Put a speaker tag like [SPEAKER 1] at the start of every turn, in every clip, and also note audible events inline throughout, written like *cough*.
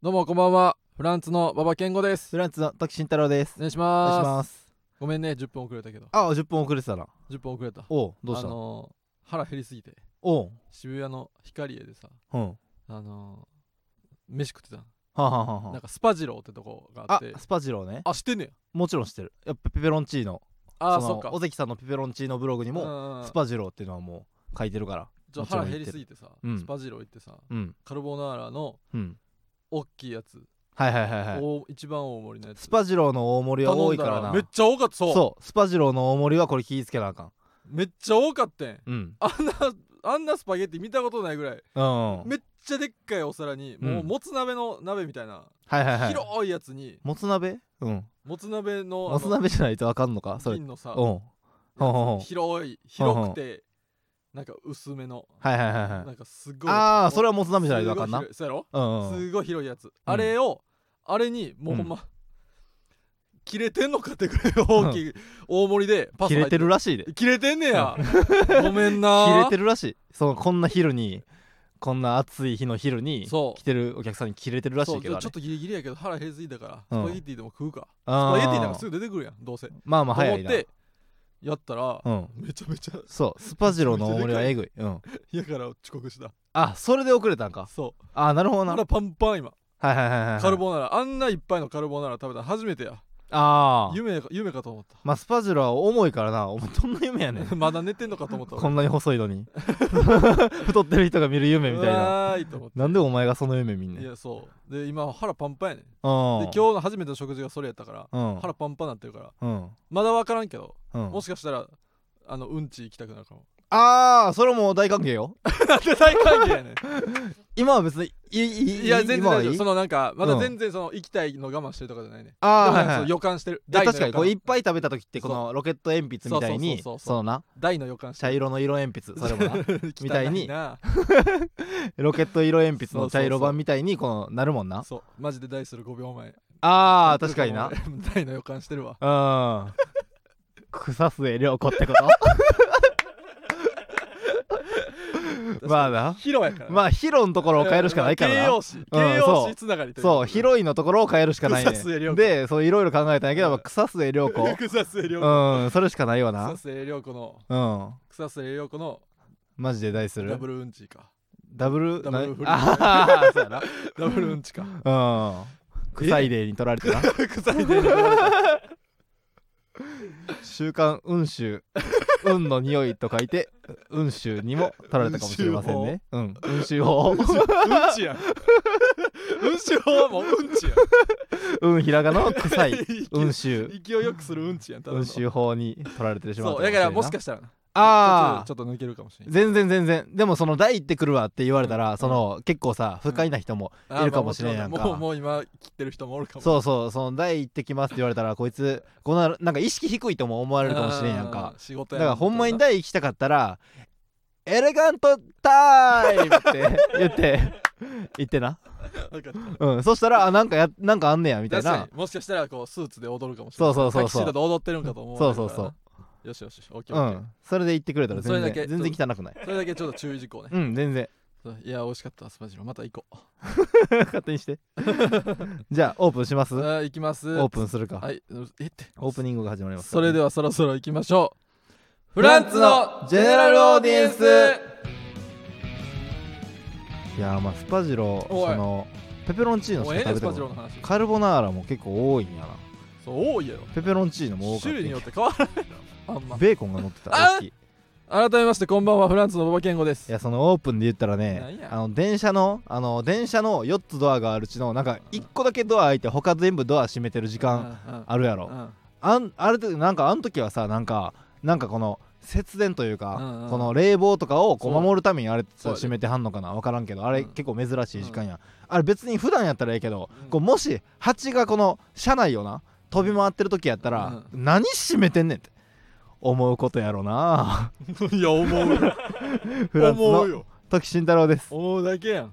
[SPEAKER 1] どうもこんばんはフランスの馬場健吾です
[SPEAKER 2] フランスの時慎太郎です。
[SPEAKER 1] お願いし
[SPEAKER 2] お願いし
[SPEAKER 1] ま
[SPEAKER 2] ます。
[SPEAKER 1] すごめんね10分遅れたけど
[SPEAKER 2] あ、10分遅れてたな。
[SPEAKER 1] 10分遅れた
[SPEAKER 2] おう、どうした
[SPEAKER 1] あ
[SPEAKER 2] の
[SPEAKER 1] のー腹減りすぎて
[SPEAKER 2] おう、
[SPEAKER 1] 渋谷のヒカリエでさ
[SPEAKER 2] うん。は
[SPEAKER 1] あのー飯食ってたの
[SPEAKER 2] あ、はあは
[SPEAKER 1] なん
[SPEAKER 2] は
[SPEAKER 1] かスパジローってとこがあ
[SPEAKER 2] あ
[SPEAKER 1] って、
[SPEAKER 2] スパジローね。
[SPEAKER 1] あ知ってんねや
[SPEAKER 2] もちろん知ってる。やっぱペペロンチーノ。
[SPEAKER 1] あー
[SPEAKER 2] の
[SPEAKER 1] そっか
[SPEAKER 2] 尾関さんのペペロンチーノブログにも、
[SPEAKER 1] も
[SPEAKER 2] スパジローっていうのはもう書いてるから。
[SPEAKER 1] じゃ
[SPEAKER 2] もちろ
[SPEAKER 1] 腹
[SPEAKER 2] ん
[SPEAKER 1] 減りすぎてさ
[SPEAKER 2] うん
[SPEAKER 1] スパジロー行ってさ
[SPEAKER 2] うん。
[SPEAKER 1] カルボナーラの
[SPEAKER 2] うん。
[SPEAKER 1] 大きいやつ
[SPEAKER 2] はいはいはいはい。
[SPEAKER 1] 大一番大盛りのやつ
[SPEAKER 2] スパジローの大盛りは多いから
[SPEAKER 1] 頼んだ
[SPEAKER 2] な。
[SPEAKER 1] めっちゃ多かったそう
[SPEAKER 2] そう、スパジローの大盛りはこれ気ぃつけなあかん。
[SPEAKER 1] めっちゃ多かったん
[SPEAKER 2] うん。
[SPEAKER 1] あんなあんなスパゲッティ見たことないぐらい
[SPEAKER 2] うん。はい
[SPEAKER 1] めっちゃでっかいお皿にもううんもつ鍋の鍋みたいな、
[SPEAKER 2] はいはい。
[SPEAKER 1] 広いやつに
[SPEAKER 2] もつ鍋うん。
[SPEAKER 1] もつ鍋の
[SPEAKER 2] もつ鍋じゃないとあかんのか
[SPEAKER 1] あ
[SPEAKER 2] そ
[SPEAKER 1] の
[SPEAKER 2] れ。
[SPEAKER 1] 瓶のさ
[SPEAKER 2] うん。ほうほうほう
[SPEAKER 1] 広い広くてなんか薄めの
[SPEAKER 2] はいはいはいは。
[SPEAKER 1] ないんかすごい
[SPEAKER 2] ああ、それ
[SPEAKER 1] は
[SPEAKER 2] はもつ鍋じゃないとあかんな。
[SPEAKER 1] そうやろ、
[SPEAKER 2] うんうん。
[SPEAKER 1] すごい広いやつあれをあれにもうほんま、切れてんのかってくらい大きい大盛りでパスタ
[SPEAKER 2] 切
[SPEAKER 1] 入
[SPEAKER 2] れてるらしいで
[SPEAKER 1] 切れてんねやごめんな
[SPEAKER 2] *laughs* 切れてるらしいそのこんな昼にこんな暑い日の昼に
[SPEAKER 1] そう
[SPEAKER 2] 来てるお客さんに切れてるらし
[SPEAKER 1] そ
[SPEAKER 2] いうけ
[SPEAKER 1] ちょ
[SPEAKER 2] どあ
[SPEAKER 1] っ
[SPEAKER 2] れ
[SPEAKER 1] とギリギリやけど腹減りすぎたから、
[SPEAKER 2] うん
[SPEAKER 1] スパゲッティでも食うかスパ
[SPEAKER 2] あー
[SPEAKER 1] ゲッティなんかすぐ出てくるやんどうせ
[SPEAKER 2] まあまあ
[SPEAKER 1] と
[SPEAKER 2] 早
[SPEAKER 1] 思
[SPEAKER 2] い
[SPEAKER 1] っ
[SPEAKER 2] な
[SPEAKER 1] てやったら、
[SPEAKER 2] うん
[SPEAKER 1] めちゃめちゃ *laughs*
[SPEAKER 2] そうスパジローの大盛りはえぐいうん
[SPEAKER 1] やから遅刻した
[SPEAKER 2] あそれで遅れたんか
[SPEAKER 1] そう
[SPEAKER 2] あなるほどなはい
[SPEAKER 1] 腹パンパン今
[SPEAKER 2] はいはいはい
[SPEAKER 1] カルボナーラあんないっぱいのカルボナーラ食べたの初めてや
[SPEAKER 2] ああ
[SPEAKER 1] 夢か夢かと思っ
[SPEAKER 2] まあスパジローは重いからなお前どんな夢やねん
[SPEAKER 1] た *laughs* まだ寝てんのかと思った
[SPEAKER 2] こんなに細いの
[SPEAKER 1] *laughs*
[SPEAKER 2] に太ってる人が見る夢みたいな
[SPEAKER 1] わーいと思って
[SPEAKER 2] なんでお前がその夢見んねん
[SPEAKER 1] いうやそうで今腹パンパンやねんで
[SPEAKER 2] ん
[SPEAKER 1] 今日の初めての食事がそれやったから
[SPEAKER 2] うん
[SPEAKER 1] 腹パンパンなってるから
[SPEAKER 2] うん
[SPEAKER 1] まだ分からんけど
[SPEAKER 2] うん
[SPEAKER 1] もしかしたらあのうんち行きたくなるかも
[SPEAKER 2] ああそれはもう大歓迎よ
[SPEAKER 1] なんで大歓迎やね
[SPEAKER 2] 今は別にいい *laughs* い
[SPEAKER 1] んいや全然
[SPEAKER 2] 今は
[SPEAKER 1] 大
[SPEAKER 2] い
[SPEAKER 1] 丈
[SPEAKER 2] い
[SPEAKER 1] 夫そのなんかまだ
[SPEAKER 2] うん
[SPEAKER 1] 全然その行きたいの我慢してるとかじゃないね
[SPEAKER 2] あ
[SPEAKER 1] で
[SPEAKER 2] あ
[SPEAKER 1] もなん
[SPEAKER 2] はい
[SPEAKER 1] かそ
[SPEAKER 2] は
[SPEAKER 1] の
[SPEAKER 2] い
[SPEAKER 1] 予感してる
[SPEAKER 2] いや
[SPEAKER 1] 大の
[SPEAKER 2] 確か
[SPEAKER 1] 予
[SPEAKER 2] にこれいっ
[SPEAKER 1] 感
[SPEAKER 2] ぱい食べた時ってこのロケット鉛筆みたいに
[SPEAKER 1] そうそうそうそう
[SPEAKER 2] そのな
[SPEAKER 1] 大の予感して
[SPEAKER 2] 茶
[SPEAKER 1] る
[SPEAKER 2] 色の色鉛
[SPEAKER 1] *laughs*
[SPEAKER 2] 筆それもなみたいに
[SPEAKER 1] 汚な
[SPEAKER 2] *laughs* ロケット色鉛筆の茶色版みたいにこのなるもんな
[SPEAKER 1] そうマジで大する5秒前
[SPEAKER 2] あー確かにな
[SPEAKER 1] 大の予感してるわ
[SPEAKER 2] うん草末涼子ってこと *laughs* まあな
[SPEAKER 1] 広やから
[SPEAKER 2] まあヒロのところを変えるしかないから
[SPEAKER 1] まあ
[SPEAKER 2] な
[SPEAKER 1] 形容詞形容詞つながりとい
[SPEAKER 2] そう
[SPEAKER 1] 広
[SPEAKER 2] ヒロインのところを変えるしかないね
[SPEAKER 1] 草末涼子
[SPEAKER 2] でそういろいろ考えたんやけどまあ草末
[SPEAKER 1] *laughs*
[SPEAKER 2] 涼子
[SPEAKER 1] 草末涼子
[SPEAKER 2] うんそれしかないわ
[SPEAKER 1] 草
[SPEAKER 2] な
[SPEAKER 1] 末涼子の
[SPEAKER 2] うん
[SPEAKER 1] 草末涼子の
[SPEAKER 2] マジで大する
[SPEAKER 1] ダブルうんちか
[SPEAKER 2] ダブル
[SPEAKER 1] ダブル不倫
[SPEAKER 2] ああそうや
[SPEAKER 1] ダブルうんちか
[SPEAKER 2] なうん臭い例に取られてな
[SPEAKER 1] 臭いね
[SPEAKER 2] 「週刊運臭」「運の匂い」と書いて「運臭」にも取られたかもしれませんねうん運臭
[SPEAKER 1] *laughs*
[SPEAKER 2] 法
[SPEAKER 1] うんちやんうんちはもううんちやん
[SPEAKER 2] 運ひらがなの臭い運臭
[SPEAKER 1] *laughs* 勢いよくするうんちやんただの
[SPEAKER 2] 運臭法に取られてしまう
[SPEAKER 1] そうだからもしか
[SPEAKER 2] し
[SPEAKER 1] したらな
[SPEAKER 2] あ
[SPEAKER 1] ちょ
[SPEAKER 2] あ
[SPEAKER 1] っと抜けるかもしれない
[SPEAKER 2] 全然全然でもその「大行ってくるわ」って言われた
[SPEAKER 1] う
[SPEAKER 2] ら
[SPEAKER 1] ん
[SPEAKER 2] その結構さ不快な人も
[SPEAKER 1] あー
[SPEAKER 2] いるかもしれんやんか
[SPEAKER 1] まあもちろもうもう今切ってる人もおるかも
[SPEAKER 2] そうそうその「大行ってきます」って言われたらこいつこんななんか意識低いとも思われるかもしれんやんか
[SPEAKER 1] あー仕事
[SPEAKER 2] だ
[SPEAKER 1] や
[SPEAKER 2] からほんまに
[SPEAKER 1] だ
[SPEAKER 2] 台行きたかったら「エレガントタイ
[SPEAKER 1] *laughs*
[SPEAKER 2] ム!」って言って言ってな、うん、そしたらあなんかやなんかあんねやみたい
[SPEAKER 1] 確か
[SPEAKER 2] な
[SPEAKER 1] にもしかしたらこうスーツで踊るかもしれ
[SPEAKER 2] そ
[SPEAKER 1] な
[SPEAKER 2] う
[SPEAKER 1] い
[SPEAKER 2] そうそう
[SPEAKER 1] タキシ
[SPEAKER 2] そ
[SPEAKER 1] ード
[SPEAKER 2] う
[SPEAKER 1] で踊ってるんかと思われるからな
[SPEAKER 2] そうそう
[SPEAKER 1] よしよしよしオッケー
[SPEAKER 2] う
[SPEAKER 1] オッケー
[SPEAKER 2] んそれで行ってくれたら
[SPEAKER 1] それ
[SPEAKER 2] 全
[SPEAKER 1] だけ
[SPEAKER 2] 然全然汚くない
[SPEAKER 1] それだけちょっと注意事項ね
[SPEAKER 2] うん全然
[SPEAKER 1] そういや美味しかったスパジロまた行こう
[SPEAKER 2] 勝手にして *laughs* じゃあオープン
[SPEAKER 1] *laughs*
[SPEAKER 2] します
[SPEAKER 1] あ
[SPEAKER 2] オ
[SPEAKER 1] ー行きます
[SPEAKER 2] ープンするか
[SPEAKER 1] はいえって
[SPEAKER 2] オープニングが始まります
[SPEAKER 1] それではそろそろ行きましょうフ
[SPEAKER 2] フ
[SPEAKER 1] ラ
[SPEAKER 2] ラ
[SPEAKER 1] ン
[SPEAKER 2] ン
[SPEAKER 1] ツ
[SPEAKER 2] ツ
[SPEAKER 1] の
[SPEAKER 2] の
[SPEAKER 1] ジ
[SPEAKER 2] ジ
[SPEAKER 1] ェ
[SPEAKER 2] ェ
[SPEAKER 1] ネラ
[SPEAKER 2] ネラ
[SPEAKER 1] ル
[SPEAKER 2] ル
[SPEAKER 1] オ
[SPEAKER 2] オ
[SPEAKER 1] ー
[SPEAKER 2] ー
[SPEAKER 1] デ
[SPEAKER 2] デ
[SPEAKER 1] ィ
[SPEAKER 2] ィ
[SPEAKER 1] エ
[SPEAKER 2] エ
[SPEAKER 1] ン
[SPEAKER 2] ン
[SPEAKER 1] ス
[SPEAKER 2] スいやーまあスパジロ
[SPEAKER 1] おい
[SPEAKER 2] そのペペロンチーノ
[SPEAKER 1] も
[SPEAKER 2] し
[SPEAKER 1] う
[SPEAKER 2] か
[SPEAKER 1] ええね
[SPEAKER 2] 食
[SPEAKER 1] ん
[SPEAKER 2] べ
[SPEAKER 1] スパ
[SPEAKER 2] てこな
[SPEAKER 1] ジロ
[SPEAKER 2] い
[SPEAKER 1] の話
[SPEAKER 2] カルボナーラも結構多いんやな
[SPEAKER 1] そう多いやろ
[SPEAKER 2] ペペロンチーノも多かっ
[SPEAKER 1] 種
[SPEAKER 2] た
[SPEAKER 1] 類に
[SPEAKER 2] け
[SPEAKER 1] よ
[SPEAKER 2] ど
[SPEAKER 1] って変わらないのあんま
[SPEAKER 2] ベーコンが乗ってた
[SPEAKER 1] あ
[SPEAKER 2] 大きい
[SPEAKER 1] 改めましてこんばんはフランツの馬場健吾です
[SPEAKER 2] いやそのオープンで言った
[SPEAKER 1] な
[SPEAKER 2] ら
[SPEAKER 1] ん
[SPEAKER 2] ね
[SPEAKER 1] や
[SPEAKER 2] あの電車のあの電車の4つドアがあるうちのなんか1個だけドア開いて他全部ドア閉めてる時間
[SPEAKER 1] あ
[SPEAKER 2] あるやろあんあれってなんかあの時はさなんかなんかこの節電という
[SPEAKER 1] うんう
[SPEAKER 2] か
[SPEAKER 1] ん
[SPEAKER 2] この冷房とかをこう
[SPEAKER 1] そう
[SPEAKER 2] 守るためにあれ
[SPEAKER 1] そうやで
[SPEAKER 2] 閉めてはんのかな分からんけどあれ
[SPEAKER 1] うん
[SPEAKER 2] 結構珍しい時間やあれ別に普段やったらええけど
[SPEAKER 1] うん
[SPEAKER 2] こうもし蜂がこの車内をな飛び回ってる時やったら何閉めてんねんって思うことや
[SPEAKER 1] *laughs*
[SPEAKER 2] ろな
[SPEAKER 1] いや思うよ
[SPEAKER 2] フランス
[SPEAKER 1] 思う
[SPEAKER 2] の
[SPEAKER 1] よ
[SPEAKER 2] 時慎太郎です
[SPEAKER 1] 思うだけやん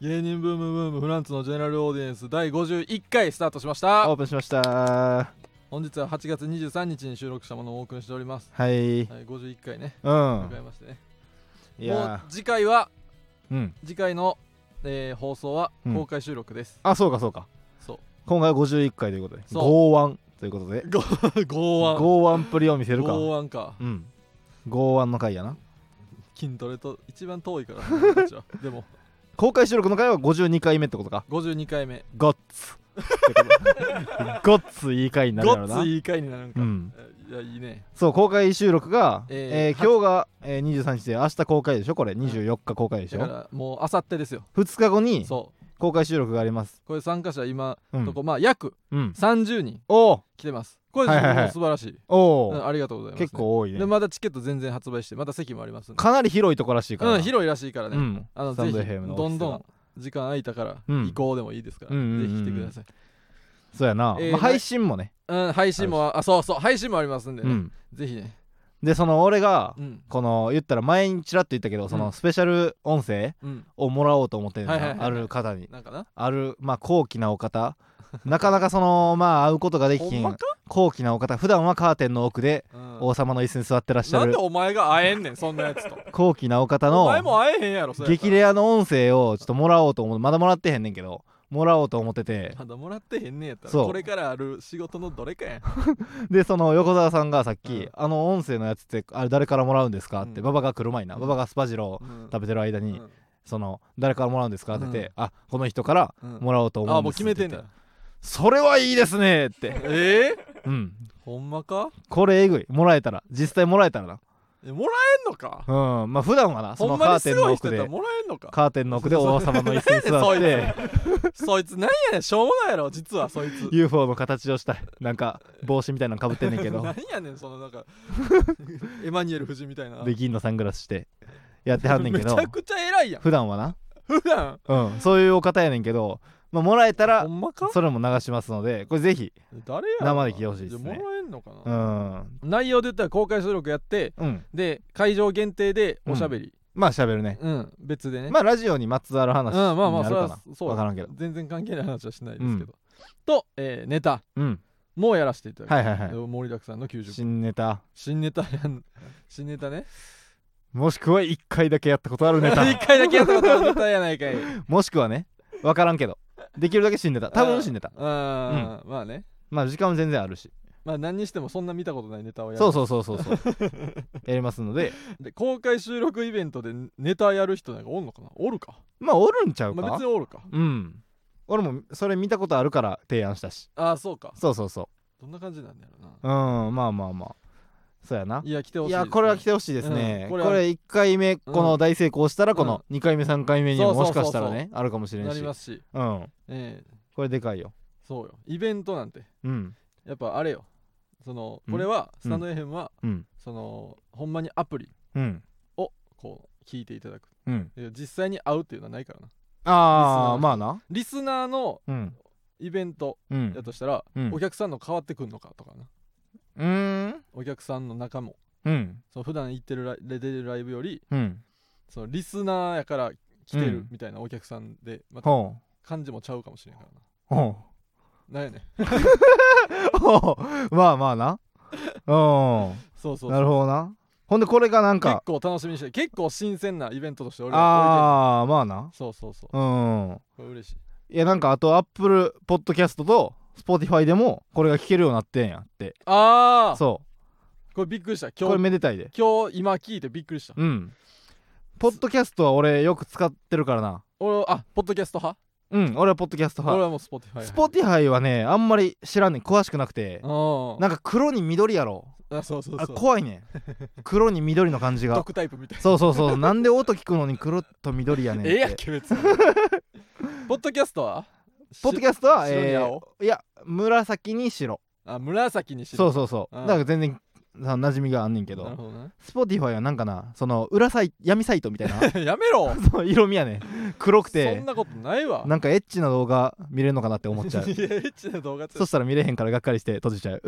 [SPEAKER 1] 芸人ブームブームフランツのジェネラルオーディエンス第51回スタートしました
[SPEAKER 2] オープンしました
[SPEAKER 1] 本日は8月23日に収録したものをお送りしております、
[SPEAKER 2] はい
[SPEAKER 1] はい、51回ね
[SPEAKER 2] う
[SPEAKER 1] 迎
[SPEAKER 2] ん
[SPEAKER 1] えましてね
[SPEAKER 2] い
[SPEAKER 1] もう
[SPEAKER 2] や
[SPEAKER 1] 次回は
[SPEAKER 2] ーうん
[SPEAKER 1] 次回のえー放送は
[SPEAKER 2] うん
[SPEAKER 1] 公開収録
[SPEAKER 2] *laughs*
[SPEAKER 1] です、
[SPEAKER 2] あそうかそうか
[SPEAKER 1] そう
[SPEAKER 2] 今回は51回ということで
[SPEAKER 1] そう
[SPEAKER 2] 剛腕ということで
[SPEAKER 1] ご剛腕
[SPEAKER 2] 剛腕っぷりを見せるか
[SPEAKER 1] 剛腕か
[SPEAKER 2] うん剛腕の回やな
[SPEAKER 1] 筋トレと一番遠いから
[SPEAKER 2] *laughs*
[SPEAKER 1] 僕たちはでも
[SPEAKER 2] 公開収録の回は52回目ってことか
[SPEAKER 1] 52回目
[SPEAKER 2] ゴッ *laughs* ツってことゴッツいい回になる
[SPEAKER 1] ご
[SPEAKER 2] やろ
[SPEAKER 1] っ
[SPEAKER 2] な
[SPEAKER 1] ついい回になるんか、
[SPEAKER 2] うん
[SPEAKER 1] いやいいね
[SPEAKER 2] そう公開収録が、え
[SPEAKER 1] えー
[SPEAKER 2] ー今日が、えー23日で明日公開でしょこれ24日公開でし
[SPEAKER 1] だ
[SPEAKER 2] ょ、
[SPEAKER 1] からもうあさってですよ
[SPEAKER 2] 2日後に
[SPEAKER 1] そう
[SPEAKER 2] 公開収録があります
[SPEAKER 1] これ参加者今
[SPEAKER 2] うん
[SPEAKER 1] とこ、まあ約
[SPEAKER 2] うん
[SPEAKER 1] 30人
[SPEAKER 2] おう
[SPEAKER 1] 来てますこれ、
[SPEAKER 2] はいはいはい
[SPEAKER 1] もう素晴らしい、
[SPEAKER 2] おう
[SPEAKER 1] うんありがとうございますね、
[SPEAKER 2] 結構多い
[SPEAKER 1] で
[SPEAKER 2] ね
[SPEAKER 1] まだチケット全然発売してまた席もありますんで
[SPEAKER 2] かなり広いとこらしいからな
[SPEAKER 1] うん広いらしいからね、
[SPEAKER 2] うん
[SPEAKER 1] あの
[SPEAKER 2] スタ
[SPEAKER 1] ぜ
[SPEAKER 2] ン
[SPEAKER 1] ひ
[SPEAKER 2] ド FM のオフィスが
[SPEAKER 1] どんどん時間空いたから
[SPEAKER 2] うん
[SPEAKER 1] 移行でもいいですから、
[SPEAKER 2] うんうんうんう
[SPEAKER 1] ぜ
[SPEAKER 2] ん
[SPEAKER 1] ひ来てください、
[SPEAKER 2] そうやな、
[SPEAKER 1] えー
[SPEAKER 2] まあ、配信もね、
[SPEAKER 1] うん、配信もあそうそう配信もありますんで
[SPEAKER 2] う
[SPEAKER 1] ね、
[SPEAKER 2] ん、
[SPEAKER 1] ぜひね
[SPEAKER 2] でその俺が
[SPEAKER 1] うん
[SPEAKER 2] この言ったら前にちらっと言ったけどそ
[SPEAKER 1] うん
[SPEAKER 2] のスペシャル音声
[SPEAKER 1] うん
[SPEAKER 2] をもらおうと思ってるの
[SPEAKER 1] はいはいはい
[SPEAKER 2] ある方に
[SPEAKER 1] なんかな
[SPEAKER 2] あるまあ高貴なお方 *laughs* なかなかそのまあ会うことができ
[SPEAKER 1] ほ
[SPEAKER 2] ひ
[SPEAKER 1] んま
[SPEAKER 2] ん
[SPEAKER 1] か、
[SPEAKER 2] 高貴なお方普段はカーテンの奥で
[SPEAKER 1] うん
[SPEAKER 2] 王様の椅子に座ってらっしゃ
[SPEAKER 1] なん
[SPEAKER 2] る
[SPEAKER 1] でお前が会えんねんそんなやつと
[SPEAKER 2] 高貴なお方
[SPEAKER 1] お前
[SPEAKER 2] の
[SPEAKER 1] も会えへんやろそれやった
[SPEAKER 2] 激
[SPEAKER 1] ら
[SPEAKER 2] レアの音声をちょっともらおうと思ってまだもらってへんねんけどもらおうと思ってて
[SPEAKER 1] まだもらってへんねんやったら
[SPEAKER 2] そう
[SPEAKER 1] これからある仕事のどれかやん
[SPEAKER 2] でその横澤さんがさっ
[SPEAKER 1] う
[SPEAKER 2] き
[SPEAKER 1] ん
[SPEAKER 2] 「あの音声のやつってあれ誰からもらうんですか?」っ
[SPEAKER 1] う
[SPEAKER 2] て
[SPEAKER 1] ん
[SPEAKER 2] 馬場が来る前にな
[SPEAKER 1] うん
[SPEAKER 2] 馬場がスパジロー
[SPEAKER 1] 食
[SPEAKER 2] 食べてる間に
[SPEAKER 1] うん
[SPEAKER 2] その誰からもらうんですかって言っ
[SPEAKER 1] うん
[SPEAKER 2] て「あこの人から
[SPEAKER 1] うん
[SPEAKER 2] もらおうと思
[SPEAKER 1] あ
[SPEAKER 2] うん
[SPEAKER 1] もう
[SPEAKER 2] です」
[SPEAKER 1] 決めて
[SPEAKER 2] っ
[SPEAKER 1] ん
[SPEAKER 2] 言
[SPEAKER 1] だ
[SPEAKER 2] ってそれはいいですね」っ
[SPEAKER 1] *laughs*
[SPEAKER 2] て
[SPEAKER 1] えー、
[SPEAKER 2] うん
[SPEAKER 1] ほんまか
[SPEAKER 2] これえぐいもらえたら実際もらえたらな
[SPEAKER 1] えもらえんのか
[SPEAKER 2] うんまあ普段はな *laughs* そ
[SPEAKER 1] ほ
[SPEAKER 2] の
[SPEAKER 1] んま
[SPEAKER 2] カー
[SPEAKER 1] に
[SPEAKER 2] テ
[SPEAKER 1] す
[SPEAKER 2] ンの
[SPEAKER 1] ごい人や
[SPEAKER 2] 奥
[SPEAKER 1] ったら
[SPEAKER 2] で
[SPEAKER 1] もらえんのか
[SPEAKER 2] カーテンの奥で王様の椅子に座って
[SPEAKER 1] *laughs* そいつなんやねんしょうもないやろ実は
[SPEAKER 2] *laughs*
[SPEAKER 1] そいつ
[SPEAKER 2] UFO の形をしたなんか帽子みたいなのかぶってんねんけど
[SPEAKER 1] なんや *laughs* ねんそのなんか *laughs* エマニュエル夫人みたいな
[SPEAKER 2] で銀のサングラスしてやってはんねんけど
[SPEAKER 1] *laughs* めちゃくちゃ偉いやん
[SPEAKER 2] 普段はな
[SPEAKER 1] 普段
[SPEAKER 2] うんそういうお方やねんけどまあもらえた
[SPEAKER 1] ほ
[SPEAKER 2] ら
[SPEAKER 1] んまか
[SPEAKER 2] それも流しますのでこれぜひ
[SPEAKER 1] 誰やろ
[SPEAKER 2] 生で来てほしいですね
[SPEAKER 1] やもらえんのか
[SPEAKER 2] う
[SPEAKER 1] な、
[SPEAKER 2] ん
[SPEAKER 1] 内容で言ったら公開収録やって
[SPEAKER 2] うん
[SPEAKER 1] で会場限定でおしゃべり
[SPEAKER 2] まあ喋るね
[SPEAKER 1] うん、別でね
[SPEAKER 2] まあラジオにまつわる話
[SPEAKER 1] うん、
[SPEAKER 2] にな
[SPEAKER 1] まあ
[SPEAKER 2] る
[SPEAKER 1] まあそれは
[SPEAKER 2] か
[SPEAKER 1] そ
[SPEAKER 2] な
[SPEAKER 1] う
[SPEAKER 2] わからんけど
[SPEAKER 1] 全然関係ない話はしないですけど、と、えーネタ
[SPEAKER 2] うん
[SPEAKER 1] もやらせていただき
[SPEAKER 2] はいはいはい
[SPEAKER 1] 盛りだくさんの90分
[SPEAKER 2] 新ネタ
[SPEAKER 1] 新ネタやん新ネタね
[SPEAKER 2] もしくは1回だけやったことあるネタ
[SPEAKER 1] *laughs* 一回だけやったことあるネタやないかい
[SPEAKER 2] もしくはねわからんけどできるだけ新
[SPEAKER 1] *laughs*
[SPEAKER 2] ネ *laughs* タ多分新ネタ
[SPEAKER 1] うんまあね
[SPEAKER 2] まあ時間も全然あるし
[SPEAKER 1] まあ何にしてもそんな見たことないネタをやる
[SPEAKER 2] そうそうそうそうそう
[SPEAKER 1] *laughs*
[SPEAKER 2] やりますので
[SPEAKER 1] で公開収録イベントでネタやる人なんかおんのかなおるか
[SPEAKER 2] まあおるんちゃう
[SPEAKER 1] まあ、
[SPEAKER 2] か
[SPEAKER 1] 別におるか
[SPEAKER 2] うん俺もそれ見たことあるから提案したし
[SPEAKER 1] ああそうか
[SPEAKER 2] そうそうそ
[SPEAKER 1] どんな感じなんだろうな
[SPEAKER 2] ううんまあまあまあそうやない
[SPEAKER 1] や来てほし
[SPEAKER 2] い
[SPEAKER 1] いですね、
[SPEAKER 2] やこれは来てほしいですね、
[SPEAKER 1] うんこ
[SPEAKER 2] こ
[SPEAKER 1] れ
[SPEAKER 2] れ
[SPEAKER 1] は
[SPEAKER 2] 1回目この大成功したらこ
[SPEAKER 1] うん
[SPEAKER 2] の2回目3回目にも
[SPEAKER 1] そう
[SPEAKER 2] も
[SPEAKER 1] そう
[SPEAKER 2] し
[SPEAKER 1] そうそう
[SPEAKER 2] かしたらねあるかもしれん
[SPEAKER 1] な
[SPEAKER 2] し
[SPEAKER 1] りますし
[SPEAKER 2] うん
[SPEAKER 1] ええ
[SPEAKER 2] これでかいよ
[SPEAKER 1] そうよイベントなんて
[SPEAKER 2] うん
[SPEAKER 1] やっぱあれよその
[SPEAKER 2] うん
[SPEAKER 1] これはスタンド FM は、
[SPEAKER 2] うん
[SPEAKER 1] そのほんまにアプリ
[SPEAKER 2] うん
[SPEAKER 1] こう聞いていただく
[SPEAKER 2] うん
[SPEAKER 1] いや実際に会うっていうのはないからな
[SPEAKER 2] ああまあな
[SPEAKER 1] リスナーの
[SPEAKER 2] うん
[SPEAKER 1] イベント
[SPEAKER 2] うん
[SPEAKER 1] やとしたら、
[SPEAKER 2] うん
[SPEAKER 1] お客さんの変わってくんのかとかな
[SPEAKER 2] うーん
[SPEAKER 1] お客さんの中も
[SPEAKER 2] うん
[SPEAKER 1] その普段行ってるライ出てるライブより
[SPEAKER 2] うん
[SPEAKER 1] そのリスナーやから来て
[SPEAKER 2] う
[SPEAKER 1] る
[SPEAKER 2] ん
[SPEAKER 1] みたいなお客さんで、また
[SPEAKER 2] ほ
[SPEAKER 1] 感じもちゃうかもしれんからな
[SPEAKER 2] うほ
[SPEAKER 1] なんやねん
[SPEAKER 2] うほう *laughs* まあまあな
[SPEAKER 1] そうそ
[SPEAKER 2] う
[SPEAKER 1] うんそう
[SPEAKER 2] なるほどなほんでこれがなん
[SPEAKER 1] 結
[SPEAKER 2] か
[SPEAKER 1] 構楽しみにして結構新鮮なイベントとして俺は
[SPEAKER 2] ああまあな
[SPEAKER 1] 置いてるそうそうそう
[SPEAKER 2] うん
[SPEAKER 1] これ嬉しい
[SPEAKER 2] いやなんかあとアップルポッドキャストと Spotify でもこれが聞けるようになってんやって
[SPEAKER 1] ああ
[SPEAKER 2] そ
[SPEAKER 1] これびっくりした
[SPEAKER 2] うこ
[SPEAKER 1] 今
[SPEAKER 2] れ
[SPEAKER 1] 日
[SPEAKER 2] めでたいで
[SPEAKER 1] 今日今聞いてびっくりした
[SPEAKER 2] うんポッドキャストは俺よく使ってるからな
[SPEAKER 1] 俺はあポッドキャスト派
[SPEAKER 2] うん俺はポッドキャスト
[SPEAKER 1] 俺
[SPEAKER 2] 派
[SPEAKER 1] はもう Spotify
[SPEAKER 2] スポティファイはねあんまり知らんねん詳しくなくて
[SPEAKER 1] うん
[SPEAKER 2] なんか黒に緑やろ
[SPEAKER 1] あそうそう
[SPEAKER 2] あ
[SPEAKER 1] そう
[SPEAKER 2] 怖い
[SPEAKER 1] *laughs*
[SPEAKER 2] ねん黒に緑の感じが
[SPEAKER 1] 毒タイプみたい
[SPEAKER 2] そうそうそうなんで音聞くのに黒と緑やねんっ
[SPEAKER 1] え
[SPEAKER 2] て
[SPEAKER 1] えやんけ別に
[SPEAKER 2] *laughs*
[SPEAKER 1] ポッドキャストは
[SPEAKER 2] ポッドキャストは
[SPEAKER 1] し白に
[SPEAKER 2] えー
[SPEAKER 1] 青
[SPEAKER 2] いや紫に白
[SPEAKER 1] あ紫にし
[SPEAKER 2] そう
[SPEAKER 1] う
[SPEAKER 2] そうそう
[SPEAKER 1] うん
[SPEAKER 2] だから全然な馴染みがあんねんけど
[SPEAKER 1] なるほどな
[SPEAKER 2] Spotify はなんかなその裏サイ闇サイトみたいな
[SPEAKER 1] *laughs* やめろ
[SPEAKER 2] *laughs* その色味やねん黒く
[SPEAKER 1] そ
[SPEAKER 2] て
[SPEAKER 1] んなことないわ
[SPEAKER 2] なんかエッチな動画見れるのかなって思
[SPEAKER 1] *laughs*
[SPEAKER 2] っちゃう
[SPEAKER 1] いやエッチな動画って
[SPEAKER 2] そしたら見れへんからがっかりして閉じ
[SPEAKER 1] *laughs*
[SPEAKER 2] ちゃう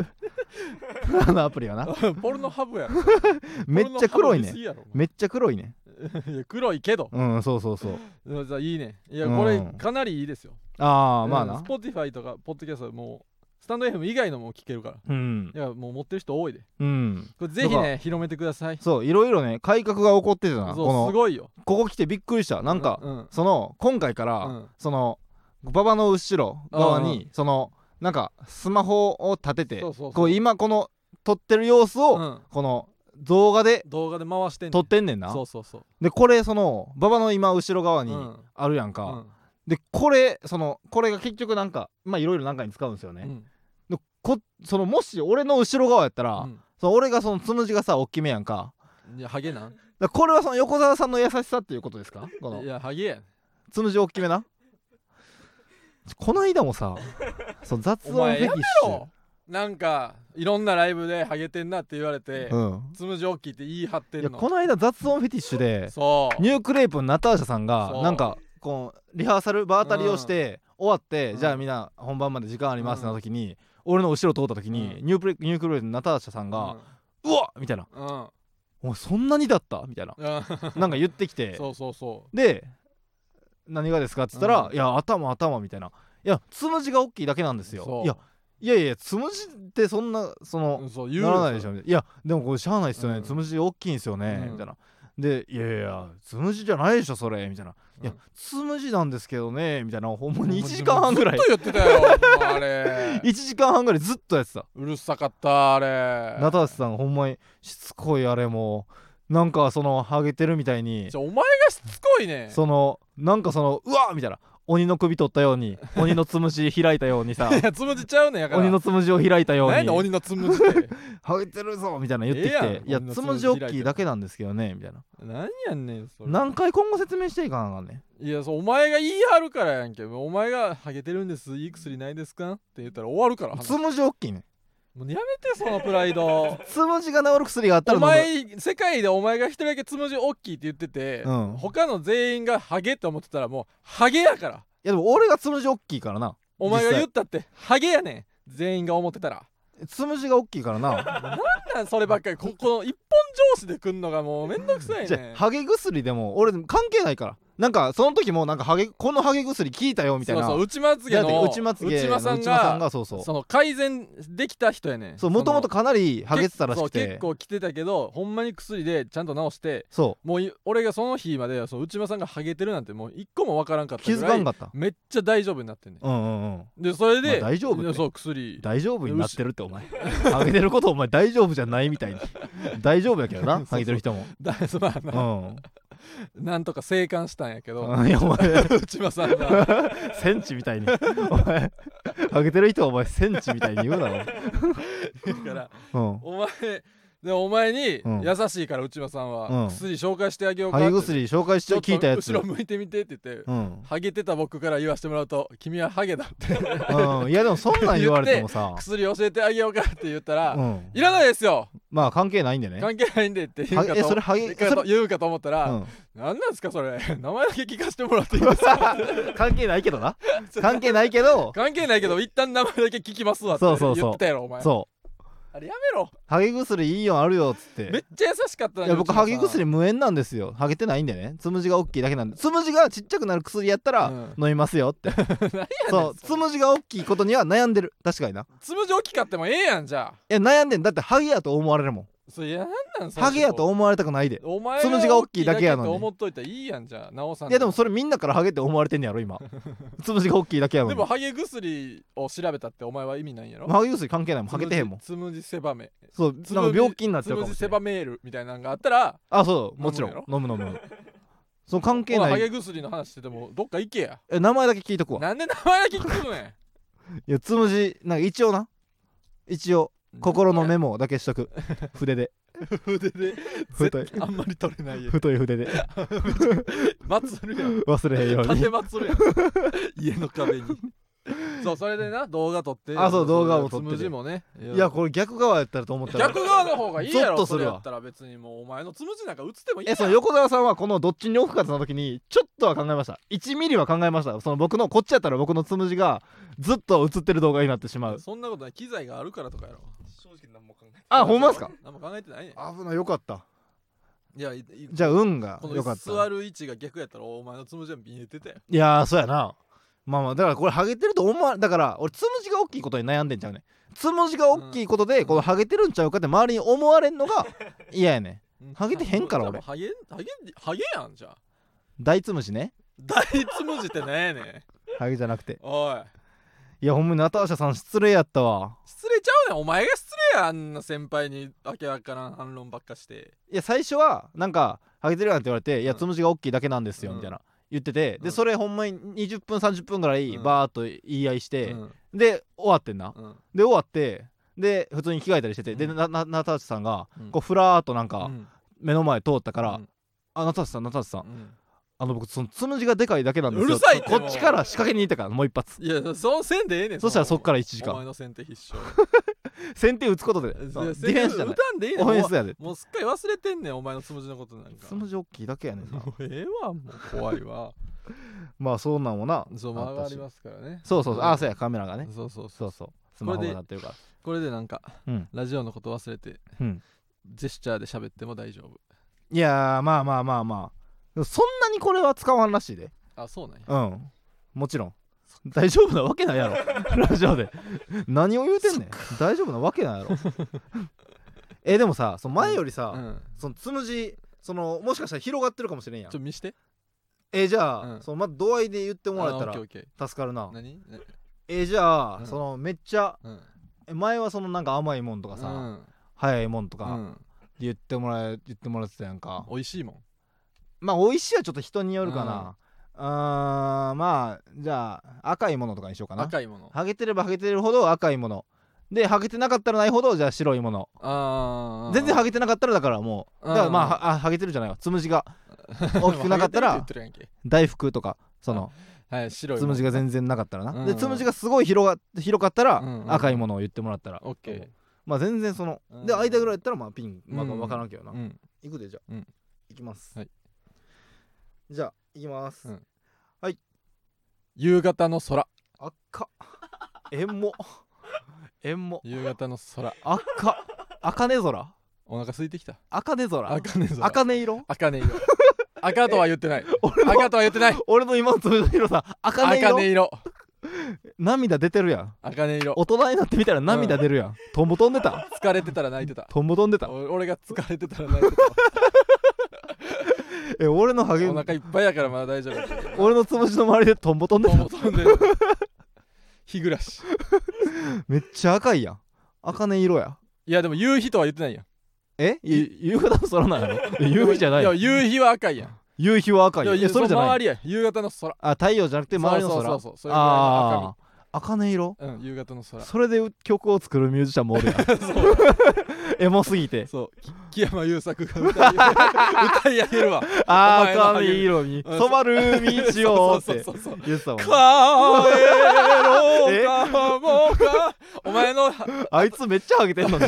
[SPEAKER 2] あのアプリはな
[SPEAKER 1] ポルノハブやろ
[SPEAKER 2] *laughs* めっちゃ黒い
[SPEAKER 1] ポ
[SPEAKER 2] ね
[SPEAKER 1] ルノハブ見
[SPEAKER 2] めっちゃ黒いね
[SPEAKER 1] すぎやろお前いや黒いけど
[SPEAKER 2] うんそうそうそう
[SPEAKER 1] *laughs* うんじゃあいいねいや
[SPEAKER 2] うん
[SPEAKER 1] これかなりいいですよ
[SPEAKER 2] ああまあ
[SPEAKER 1] ス
[SPEAKER 2] な
[SPEAKER 1] ポティファイとかポッドキャストはもうスタンド FM 以外のも聞けるから
[SPEAKER 2] うん
[SPEAKER 1] いやもう持ってる人多いで
[SPEAKER 2] うん
[SPEAKER 1] これぜひ
[SPEAKER 2] だから
[SPEAKER 1] ね広めてください
[SPEAKER 2] そういろいろね改革が起こってたな
[SPEAKER 1] そ
[SPEAKER 2] こ
[SPEAKER 1] うす
[SPEAKER 2] の
[SPEAKER 1] ごいよ
[SPEAKER 2] ここ来てびっくりしたなんか、
[SPEAKER 1] うんうん
[SPEAKER 2] その今回から、
[SPEAKER 1] うん
[SPEAKER 2] その馬場の後ろ側に、そのなんかスマホを立てて
[SPEAKER 1] そうそうそう
[SPEAKER 2] こう今この撮ってる様子を、
[SPEAKER 1] うん
[SPEAKER 2] この動画で
[SPEAKER 1] 動画で回してんねん
[SPEAKER 2] 撮ってんねんな
[SPEAKER 1] そうそうそう
[SPEAKER 2] でこれその馬場の今後ろ側に
[SPEAKER 1] うん
[SPEAKER 2] あるやんか、
[SPEAKER 1] うん
[SPEAKER 2] でこれそのこれが結局なんかまあいろいろなんかに使うんですよ
[SPEAKER 1] う
[SPEAKER 2] ね、
[SPEAKER 1] ん
[SPEAKER 2] でこそのもし俺の後ろ側やったら、
[SPEAKER 1] う
[SPEAKER 2] その俺がそのつむじがさ大きめやんか
[SPEAKER 1] んいやハゲなん
[SPEAKER 2] だこれはその横澤さんの優しさっていうことですかこの
[SPEAKER 1] いやハゲや
[SPEAKER 2] つむじ大きめなちょこないだもさその雑音
[SPEAKER 1] お
[SPEAKER 2] フ
[SPEAKER 1] 前
[SPEAKER 2] ェティ
[SPEAKER 1] や
[SPEAKER 2] ッ
[SPEAKER 1] め
[SPEAKER 2] シュ
[SPEAKER 1] ろなんかいろんなライブでハゲてんなって言われて
[SPEAKER 2] うん
[SPEAKER 1] つむじ大きいって言い張って
[SPEAKER 2] い
[SPEAKER 1] ん
[SPEAKER 2] やこ
[SPEAKER 1] の
[SPEAKER 2] の間雑音フェティッシュで
[SPEAKER 1] そう
[SPEAKER 2] ニュークレープのナターシャさん
[SPEAKER 1] そ
[SPEAKER 2] が
[SPEAKER 1] う
[SPEAKER 2] なんかこうリハーサル場当たりをして終わって、
[SPEAKER 1] うん
[SPEAKER 2] じゃあみんな本番まで時間ありますってなった時に、俺の後ろ通った時に、
[SPEAKER 1] うん
[SPEAKER 2] ニュープレニュークレープのナターシャさんが「うわっ!」みたいな
[SPEAKER 1] うんうん
[SPEAKER 2] 「お前そんなにだった?」みた
[SPEAKER 1] *laughs*
[SPEAKER 2] いななんか言ってきて
[SPEAKER 1] そうそうそ
[SPEAKER 2] で「何がですか?」って言ったら「
[SPEAKER 1] うん
[SPEAKER 2] いや頭頭」みたいな「いやつむじが大きいだけなんですよ
[SPEAKER 1] そ」う
[SPEAKER 2] いや「いやいやつむじってそんなその、
[SPEAKER 1] うそう言う
[SPEAKER 2] ならないでし
[SPEAKER 1] ょ
[SPEAKER 2] ょみたいないやでもこれしゃあないっすよね、
[SPEAKER 1] うん
[SPEAKER 2] つむじ大きいんすよね、
[SPEAKER 1] うん
[SPEAKER 2] みたいなでいやいやいやつむじじゃないでしょそれみたいな、いや
[SPEAKER 1] うん
[SPEAKER 2] つむじなんですけどねみたいなほんまに1時間半ぐらい
[SPEAKER 1] ずっと言ってたよほんまあれ
[SPEAKER 2] 1時間 *laughs* 半ぐらいずっとやってた
[SPEAKER 1] うるさかったあれ
[SPEAKER 2] ナタスさんほんまにしつこいあれもなんかそのハゲてるみたいに
[SPEAKER 1] じゃあお前がしつこいねん
[SPEAKER 2] そのなんかそのうわーみたいな鬼の首取ったように鬼のつむじ開いたよう
[SPEAKER 1] *laughs*
[SPEAKER 2] にさ
[SPEAKER 1] いやつむじちゃうねんやから
[SPEAKER 2] 鬼のつむじを開いたよう
[SPEAKER 1] 何やねん
[SPEAKER 2] に
[SPEAKER 1] 鬼のつむじって
[SPEAKER 2] ハゲてるぞみたいな言ってきて、
[SPEAKER 1] ええやん
[SPEAKER 2] い
[SPEAKER 1] 鬼
[SPEAKER 2] や
[SPEAKER 1] の
[SPEAKER 2] つ
[SPEAKER 1] つ
[SPEAKER 2] む
[SPEAKER 1] む
[SPEAKER 2] じ
[SPEAKER 1] じ開
[SPEAKER 2] 大
[SPEAKER 1] いた
[SPEAKER 2] きいだけなんですけどねみたいな
[SPEAKER 1] 何やねんそれ
[SPEAKER 2] 何回今後説明していかなあかんねん
[SPEAKER 1] いやそうお前が言い張るからやんけお前がハゲてるんですいい薬ないですかって言ったら終わるから話
[SPEAKER 2] つむじ大きいねん
[SPEAKER 1] もうやめてそのプライ
[SPEAKER 2] *laughs*
[SPEAKER 1] ド
[SPEAKER 2] つむじが治る薬があったら
[SPEAKER 1] お
[SPEAKER 2] 飲む
[SPEAKER 1] 前世界でお前が一人だけつむじ大きいって言ってて、
[SPEAKER 2] うん
[SPEAKER 1] 他の全員がハゲって思ってたらもうハゲやから
[SPEAKER 2] いやでも俺がつむじ大きいからな
[SPEAKER 1] お前が
[SPEAKER 2] 実際
[SPEAKER 1] 言ったってハゲやねん全員が思ってたら
[SPEAKER 2] つむじが大きいからな
[SPEAKER 1] なんなんそればっかりここの一本上司で来んのがもうめんどくさい
[SPEAKER 2] じゃ
[SPEAKER 1] ね
[SPEAKER 2] あハゲ薬でも俺関係ないからなんかその時もなんかハゲこのハゲ薬効いたよみたいな
[SPEAKER 1] そうそう内まつげの
[SPEAKER 2] 内まつげの内間さ
[SPEAKER 1] さん
[SPEAKER 2] ん
[SPEAKER 1] が
[SPEAKER 2] がそうそう
[SPEAKER 1] その改善できた人やねん
[SPEAKER 2] そうもともと
[SPEAKER 1] そ
[SPEAKER 2] かなり
[SPEAKER 1] の
[SPEAKER 2] ハゲてたらしく
[SPEAKER 1] そう
[SPEAKER 2] て
[SPEAKER 1] 結構来てたけどほんまに薬でちゃんと治して
[SPEAKER 2] そ
[SPEAKER 1] もうい俺がその日までその内間さんがハゲてるなんてもう一個もわからんかっ
[SPEAKER 2] う
[SPEAKER 1] た
[SPEAKER 2] 気
[SPEAKER 1] ぐ
[SPEAKER 2] づ
[SPEAKER 1] ら
[SPEAKER 2] か
[SPEAKER 1] い
[SPEAKER 2] んかった
[SPEAKER 1] めっちゃ大丈夫になってんねん
[SPEAKER 2] うんうんうん
[SPEAKER 1] でそれで、
[SPEAKER 2] まあ大丈夫って
[SPEAKER 1] いやそう薬
[SPEAKER 2] 大丈夫になってるってお前ハゲてることお前大丈夫じゃないみたいに大丈夫やけど
[SPEAKER 1] *laughs* そうそ
[SPEAKER 2] な
[SPEAKER 1] う
[SPEAKER 2] ハゲてる人も
[SPEAKER 1] だ *laughs* すまん
[SPEAKER 2] う
[SPEAKER 1] な、
[SPEAKER 2] ん
[SPEAKER 1] なんとか生還したんやけど
[SPEAKER 2] いやお前
[SPEAKER 1] 内間さんが
[SPEAKER 2] センチみたいにお前ハゲてる人はお前センチみたいに言うなろ
[SPEAKER 1] だから
[SPEAKER 2] うん
[SPEAKER 1] お前でお前に
[SPEAKER 2] うん
[SPEAKER 1] 優しいから内間さん
[SPEAKER 2] うん
[SPEAKER 1] は薬紹介してあげようか
[SPEAKER 2] ハ
[SPEAKER 1] って
[SPEAKER 2] ゲ薬紹介し
[SPEAKER 1] ち
[SPEAKER 2] て
[SPEAKER 1] ょっと
[SPEAKER 2] 聞いたや
[SPEAKER 1] 後
[SPEAKER 2] つ
[SPEAKER 1] ろ向いてみてって言って
[SPEAKER 2] うん、
[SPEAKER 1] ハゲてた僕から言わせてもらうと君はハゲだって
[SPEAKER 2] うん、いやでもそんなん言われてもさ
[SPEAKER 1] 薬教えてあげようかって言ったら、
[SPEAKER 2] うん
[SPEAKER 1] いらないですよ
[SPEAKER 2] まあ関係ないんでね
[SPEAKER 1] 関係ないんでって言
[SPEAKER 2] ハ
[SPEAKER 1] う
[SPEAKER 2] ゲ
[SPEAKER 1] か
[SPEAKER 2] え
[SPEAKER 1] と
[SPEAKER 2] それハゲ
[SPEAKER 1] 言うか
[SPEAKER 2] そ
[SPEAKER 1] と
[SPEAKER 2] れ
[SPEAKER 1] 言うかと思ったら、
[SPEAKER 2] うん、
[SPEAKER 1] 何なんですかそれ *laughs* 名前だけ聞かせてもらっ
[SPEAKER 2] *laughs*
[SPEAKER 1] ていいですか
[SPEAKER 2] 関係ないけど
[SPEAKER 1] *laughs*
[SPEAKER 2] な関係ないけど
[SPEAKER 1] 関係ないけど一旦名前だけ聞きますわって
[SPEAKER 2] そうそうそう
[SPEAKER 1] 言ってたやろお前
[SPEAKER 2] そ
[SPEAKER 1] あれやめろ
[SPEAKER 2] うハゲ薬いいよあるよっつって
[SPEAKER 1] めっちゃ優しかったのに
[SPEAKER 2] いや
[SPEAKER 1] 内
[SPEAKER 2] 僕
[SPEAKER 1] 村
[SPEAKER 2] ハ
[SPEAKER 1] さん
[SPEAKER 2] ゲ薬無縁なんですよハゲてないんでねつむじが大きいだけなんでつむじがちっちゃくなる薬やったら
[SPEAKER 1] うん *laughs*
[SPEAKER 2] 飲みますよって、
[SPEAKER 1] 何やねん
[SPEAKER 2] そう
[SPEAKER 1] そ
[SPEAKER 2] つ
[SPEAKER 1] れ
[SPEAKER 2] むじが大きいことには悩んでる確かにな
[SPEAKER 1] つむじ大きかってもええやんじゃあ
[SPEAKER 2] いや悩んでんだってハゲやと思われるもん
[SPEAKER 1] それいやなんなんその
[SPEAKER 2] ハゲやと思われたくないで
[SPEAKER 1] お前
[SPEAKER 2] つむじが大きいだけやのに
[SPEAKER 1] 大きいだけって思っといたらいいやんじゃあなおさん
[SPEAKER 2] いやでもそれみんなからハゲって思われてんねや
[SPEAKER 1] *laughs*
[SPEAKER 2] ろ今つむじが大きいだけやの
[SPEAKER 1] で
[SPEAKER 2] に
[SPEAKER 1] もハゲ薬を調べたってお前は意味ないんやろ
[SPEAKER 2] ハゲ薬関係ないもんハゲてへんもん
[SPEAKER 1] つむじつむじ狭め
[SPEAKER 2] そう
[SPEAKER 1] つむじ
[SPEAKER 2] なんか病気になっち
[SPEAKER 1] つ
[SPEAKER 2] ゃう
[SPEAKER 1] む
[SPEAKER 2] かも
[SPEAKER 1] じ
[SPEAKER 2] しれ
[SPEAKER 1] 狭
[SPEAKER 2] ない
[SPEAKER 1] めールみたいなのがあったら
[SPEAKER 2] あそうもちろん
[SPEAKER 1] 飲
[SPEAKER 2] 飲む飲
[SPEAKER 1] *laughs*
[SPEAKER 2] むそう関係
[SPEAKER 1] お前
[SPEAKER 2] な
[SPEAKER 1] ハゲ
[SPEAKER 2] い
[SPEAKER 1] 薬の話しててもどっか行けや
[SPEAKER 2] え名前だけ聞いとくわ
[SPEAKER 1] なんで名前だけ聞くね *laughs* ん
[SPEAKER 2] いやつむじなんか一応な一応心のメモだけし
[SPEAKER 1] *laughs*
[SPEAKER 2] とく筆で
[SPEAKER 1] 筆で
[SPEAKER 2] 太い
[SPEAKER 1] 絶対あんまり取れないやん
[SPEAKER 2] 太い筆で
[SPEAKER 1] 祭るやん
[SPEAKER 2] 忘れへんように
[SPEAKER 1] *laughs* 縦祭る
[SPEAKER 2] *laughs*
[SPEAKER 1] やん家の壁にそうそれでな動画撮って
[SPEAKER 2] あそう動画を撮ってて
[SPEAKER 1] つむじもね
[SPEAKER 2] いやこれ逆側やったらと思ったら
[SPEAKER 1] 逆側の方がいいやろ
[SPEAKER 2] ゾッとす
[SPEAKER 1] そ
[SPEAKER 2] る
[SPEAKER 1] れ
[SPEAKER 2] わ
[SPEAKER 1] やったら別にもうお前のつむじなんか映ってもいいや
[SPEAKER 2] え
[SPEAKER 1] ん
[SPEAKER 2] その横澤さんはこのどっちに置くかってなった時にちょっとは考えました1ミリは考えましたその僕のこっちやったら僕のつむじがずっと映ってる動画になってしまう
[SPEAKER 1] そんなことない機材があるからとかやろ
[SPEAKER 3] 正直何も考えてない
[SPEAKER 2] あほんまっすか
[SPEAKER 1] 何も考えてないね
[SPEAKER 2] 危ないよかった
[SPEAKER 1] んいやいい
[SPEAKER 2] じゃあ運が
[SPEAKER 1] こ
[SPEAKER 2] よか
[SPEAKER 1] の
[SPEAKER 2] った
[SPEAKER 1] 座る位置が逆やったらお前のつむじは見えてたよ
[SPEAKER 2] いやーそうやなまあまあだからこれハゲてると思わだから俺つむじが大きいことに悩んでんちゃうねんつむじが大きいことでこのハゲてるんちゃうかって周りに思われんのが嫌やねん
[SPEAKER 1] うん
[SPEAKER 2] ハゲてへんから俺
[SPEAKER 1] ハゲハゲハゲやんじゃあ
[SPEAKER 2] 大つむじね
[SPEAKER 1] 大つむじってなんやねん
[SPEAKER 2] ハゲじゃなくて
[SPEAKER 1] おい
[SPEAKER 2] いやほんまにナターシャさん失礼やったわ
[SPEAKER 1] 失礼ちゃうねんお前が失礼やあんな先輩にわけわからん反論ばっかして
[SPEAKER 2] いや最初はなんかハゲてるやんって言われて「いや
[SPEAKER 1] うん
[SPEAKER 2] つむじが大きいだけなんですよ」
[SPEAKER 1] うん
[SPEAKER 2] みたいな言ってて
[SPEAKER 1] う
[SPEAKER 2] で
[SPEAKER 1] ん
[SPEAKER 2] それほんまに20分30分ぐらい
[SPEAKER 1] うん
[SPEAKER 2] バーっと言い合いし
[SPEAKER 1] う
[SPEAKER 2] て
[SPEAKER 1] ん
[SPEAKER 2] で終わってんな
[SPEAKER 1] うん
[SPEAKER 2] で終わってで普通に着替えたりしててで
[SPEAKER 1] うん
[SPEAKER 2] ななナターシャさんが
[SPEAKER 1] うん
[SPEAKER 2] こうふらーっとなん
[SPEAKER 1] う
[SPEAKER 2] か
[SPEAKER 1] ん
[SPEAKER 2] 目の前通ったから
[SPEAKER 1] うん
[SPEAKER 2] 「あナターシャさんナターシャさん
[SPEAKER 1] うん
[SPEAKER 2] あの僕そのつむじがでかいだけなんですよ」
[SPEAKER 1] うるさいって
[SPEAKER 2] こっちから仕掛けに行ったからもう一発
[SPEAKER 1] いやその線でええねん
[SPEAKER 2] そしたらそっから1時
[SPEAKER 1] お前
[SPEAKER 2] 間
[SPEAKER 1] の先手必勝
[SPEAKER 2] 先手打つことでディフェンスじゃな
[SPEAKER 1] 打
[SPEAKER 2] い
[SPEAKER 1] たんでいいね
[SPEAKER 2] オ
[SPEAKER 1] ん
[SPEAKER 2] フェン
[SPEAKER 1] も
[SPEAKER 2] スやで
[SPEAKER 1] うもうすっかり忘れてんねんお前のつむじのことなんか
[SPEAKER 2] つむじ大きいだけやね
[SPEAKER 1] *laughs*
[SPEAKER 2] んな
[SPEAKER 1] もうええわもう怖いわ
[SPEAKER 2] まあそうなんもな
[SPEAKER 1] そう
[SPEAKER 2] あ
[SPEAKER 1] 間が
[SPEAKER 2] った
[SPEAKER 1] あ
[SPEAKER 2] し
[SPEAKER 1] りますからね
[SPEAKER 2] そうそうそうあそ
[SPEAKER 1] う
[SPEAKER 2] うやカメラがね
[SPEAKER 1] そうそうそう
[SPEAKER 2] そうそうスマホ
[SPEAKER 1] これ
[SPEAKER 2] に
[SPEAKER 1] で
[SPEAKER 2] なってるから
[SPEAKER 1] これでなんか
[SPEAKER 2] うん
[SPEAKER 1] ラジオのこと忘れて
[SPEAKER 2] うん
[SPEAKER 1] ジェスチャーで喋っても大丈夫
[SPEAKER 2] いやーまあまあまあまあそんなにこれは使わんらしいで
[SPEAKER 1] あそうなんや
[SPEAKER 2] うんもちろん大丈夫なわけないやろ
[SPEAKER 1] *laughs*
[SPEAKER 2] ラジオで何を言うてんねん大丈夫なわけない
[SPEAKER 1] *laughs*
[SPEAKER 2] やろえでもさその前よりさ、
[SPEAKER 1] うん
[SPEAKER 2] そのつむじそのもしかしたら広がってるかもしれんやん
[SPEAKER 1] ちょ見して
[SPEAKER 2] えじゃあ、
[SPEAKER 1] うん
[SPEAKER 2] そのまず度合いで言ってもらえた
[SPEAKER 1] あオッケー
[SPEAKER 2] ら
[SPEAKER 1] オッケー
[SPEAKER 2] 助かるな
[SPEAKER 1] 何ね
[SPEAKER 2] えじゃあ、
[SPEAKER 1] うん
[SPEAKER 2] そのめっちゃ
[SPEAKER 1] うん
[SPEAKER 2] え前はそのなんか甘いもんとかさ、
[SPEAKER 1] うん
[SPEAKER 2] 早いもんと
[SPEAKER 1] う
[SPEAKER 2] か
[SPEAKER 1] ん
[SPEAKER 2] 言ってもらえ言ってもらってたやんか、
[SPEAKER 1] 美味しいもん
[SPEAKER 2] まあ美味しいはちょっと人によるかな、あーまあじゃあ赤いものとかにしようかな
[SPEAKER 1] 赤いもの
[SPEAKER 2] ハゲてればハゲてるほど赤いものでハゲてなかったらないほどじゃあ白いもの
[SPEAKER 1] あー
[SPEAKER 2] 全然ハゲてなかったらだからもうだからまあ
[SPEAKER 1] うん
[SPEAKER 2] はあハゲてるじゃないわつむ
[SPEAKER 1] *laughs*
[SPEAKER 2] じが大きくなかった
[SPEAKER 1] ハゲ
[SPEAKER 2] ら
[SPEAKER 1] てるって言ってる
[SPEAKER 2] 大福とかその
[SPEAKER 1] やんけはい *laughs* 白い
[SPEAKER 2] つむじ
[SPEAKER 1] が
[SPEAKER 2] が全然なかったらな、
[SPEAKER 1] うん
[SPEAKER 2] でつむじがすごい広が広かったら
[SPEAKER 1] うんうん
[SPEAKER 2] 赤いものを言ってもらったら、
[SPEAKER 1] オッケー
[SPEAKER 2] まあ全然その、
[SPEAKER 1] うん
[SPEAKER 2] で間ぐらいやったらまあピン、まあ、
[SPEAKER 1] うん
[SPEAKER 2] 分からんけどな、
[SPEAKER 1] うん
[SPEAKER 2] いくでじゃあ、
[SPEAKER 1] うん
[SPEAKER 2] いきます、
[SPEAKER 1] はい
[SPEAKER 2] じゃあいきます、
[SPEAKER 1] うん
[SPEAKER 2] はい
[SPEAKER 1] 夕方の空
[SPEAKER 2] あっかえんもえんも
[SPEAKER 1] 夕方の空
[SPEAKER 2] あっかあかね空
[SPEAKER 1] お腹空いてきた
[SPEAKER 2] あかね空
[SPEAKER 1] 赤ね空
[SPEAKER 2] あかね色
[SPEAKER 1] 赤ね色赤とは言ってない
[SPEAKER 2] 俺の
[SPEAKER 1] 赤とは言ってない
[SPEAKER 2] 俺の今のつぶの色さあかね
[SPEAKER 1] 赤
[SPEAKER 2] 色
[SPEAKER 1] ね色
[SPEAKER 2] 涙出てるやん
[SPEAKER 1] 赤ね色
[SPEAKER 2] 大人になってみたら涙出るやん、トンボ飛んでた
[SPEAKER 1] 疲れてたら泣いてた
[SPEAKER 2] トンボ飛んでた
[SPEAKER 1] お俺が疲れてたら泣い
[SPEAKER 2] *laughs*
[SPEAKER 1] てたわ
[SPEAKER 2] え俺のハゲ
[SPEAKER 1] お腹いっぱいやからまだ大
[SPEAKER 2] *laughs*
[SPEAKER 1] 丈夫だけど
[SPEAKER 2] 俺のつぶしの周りでトンボ飛んで
[SPEAKER 1] も
[SPEAKER 2] た
[SPEAKER 1] う飛んでる日暮らし
[SPEAKER 2] めっちゃ赤いやんあかね色や
[SPEAKER 1] いやでも夕日とは言ってないやん
[SPEAKER 2] えゆ夕方の空なの夕日じゃない
[SPEAKER 1] や
[SPEAKER 2] よ
[SPEAKER 1] 夕日は赤いやん
[SPEAKER 2] 夕日は赤い
[SPEAKER 1] いや
[SPEAKER 2] よえそれじゃない
[SPEAKER 1] 周りや夕方の空
[SPEAKER 2] あ太陽じゃなくて周りの
[SPEAKER 1] そ
[SPEAKER 2] 空
[SPEAKER 1] うそうそうそうそれぐらいの赤
[SPEAKER 2] ああ茜色
[SPEAKER 1] 身うん夕方の
[SPEAKER 2] *laughs*
[SPEAKER 1] 空
[SPEAKER 2] それで曲を作るミュージシャンもおるや
[SPEAKER 1] *laughs*
[SPEAKER 2] んエモすぎて
[SPEAKER 1] そうき木山優作が歌い歌い上げる
[SPEAKER 2] *laughs*
[SPEAKER 1] わ
[SPEAKER 2] あ
[SPEAKER 1] お前の
[SPEAKER 2] あ茜色に
[SPEAKER 1] うん
[SPEAKER 2] 染まる道をっ
[SPEAKER 1] そう
[SPEAKER 2] て
[SPEAKER 1] そうそうそう
[SPEAKER 2] 言ってたもん
[SPEAKER 1] 帰ろうかもう
[SPEAKER 2] *laughs*
[SPEAKER 1] かお前の
[SPEAKER 2] あいつめっちゃハゲて
[SPEAKER 1] *laughs*
[SPEAKER 2] んのに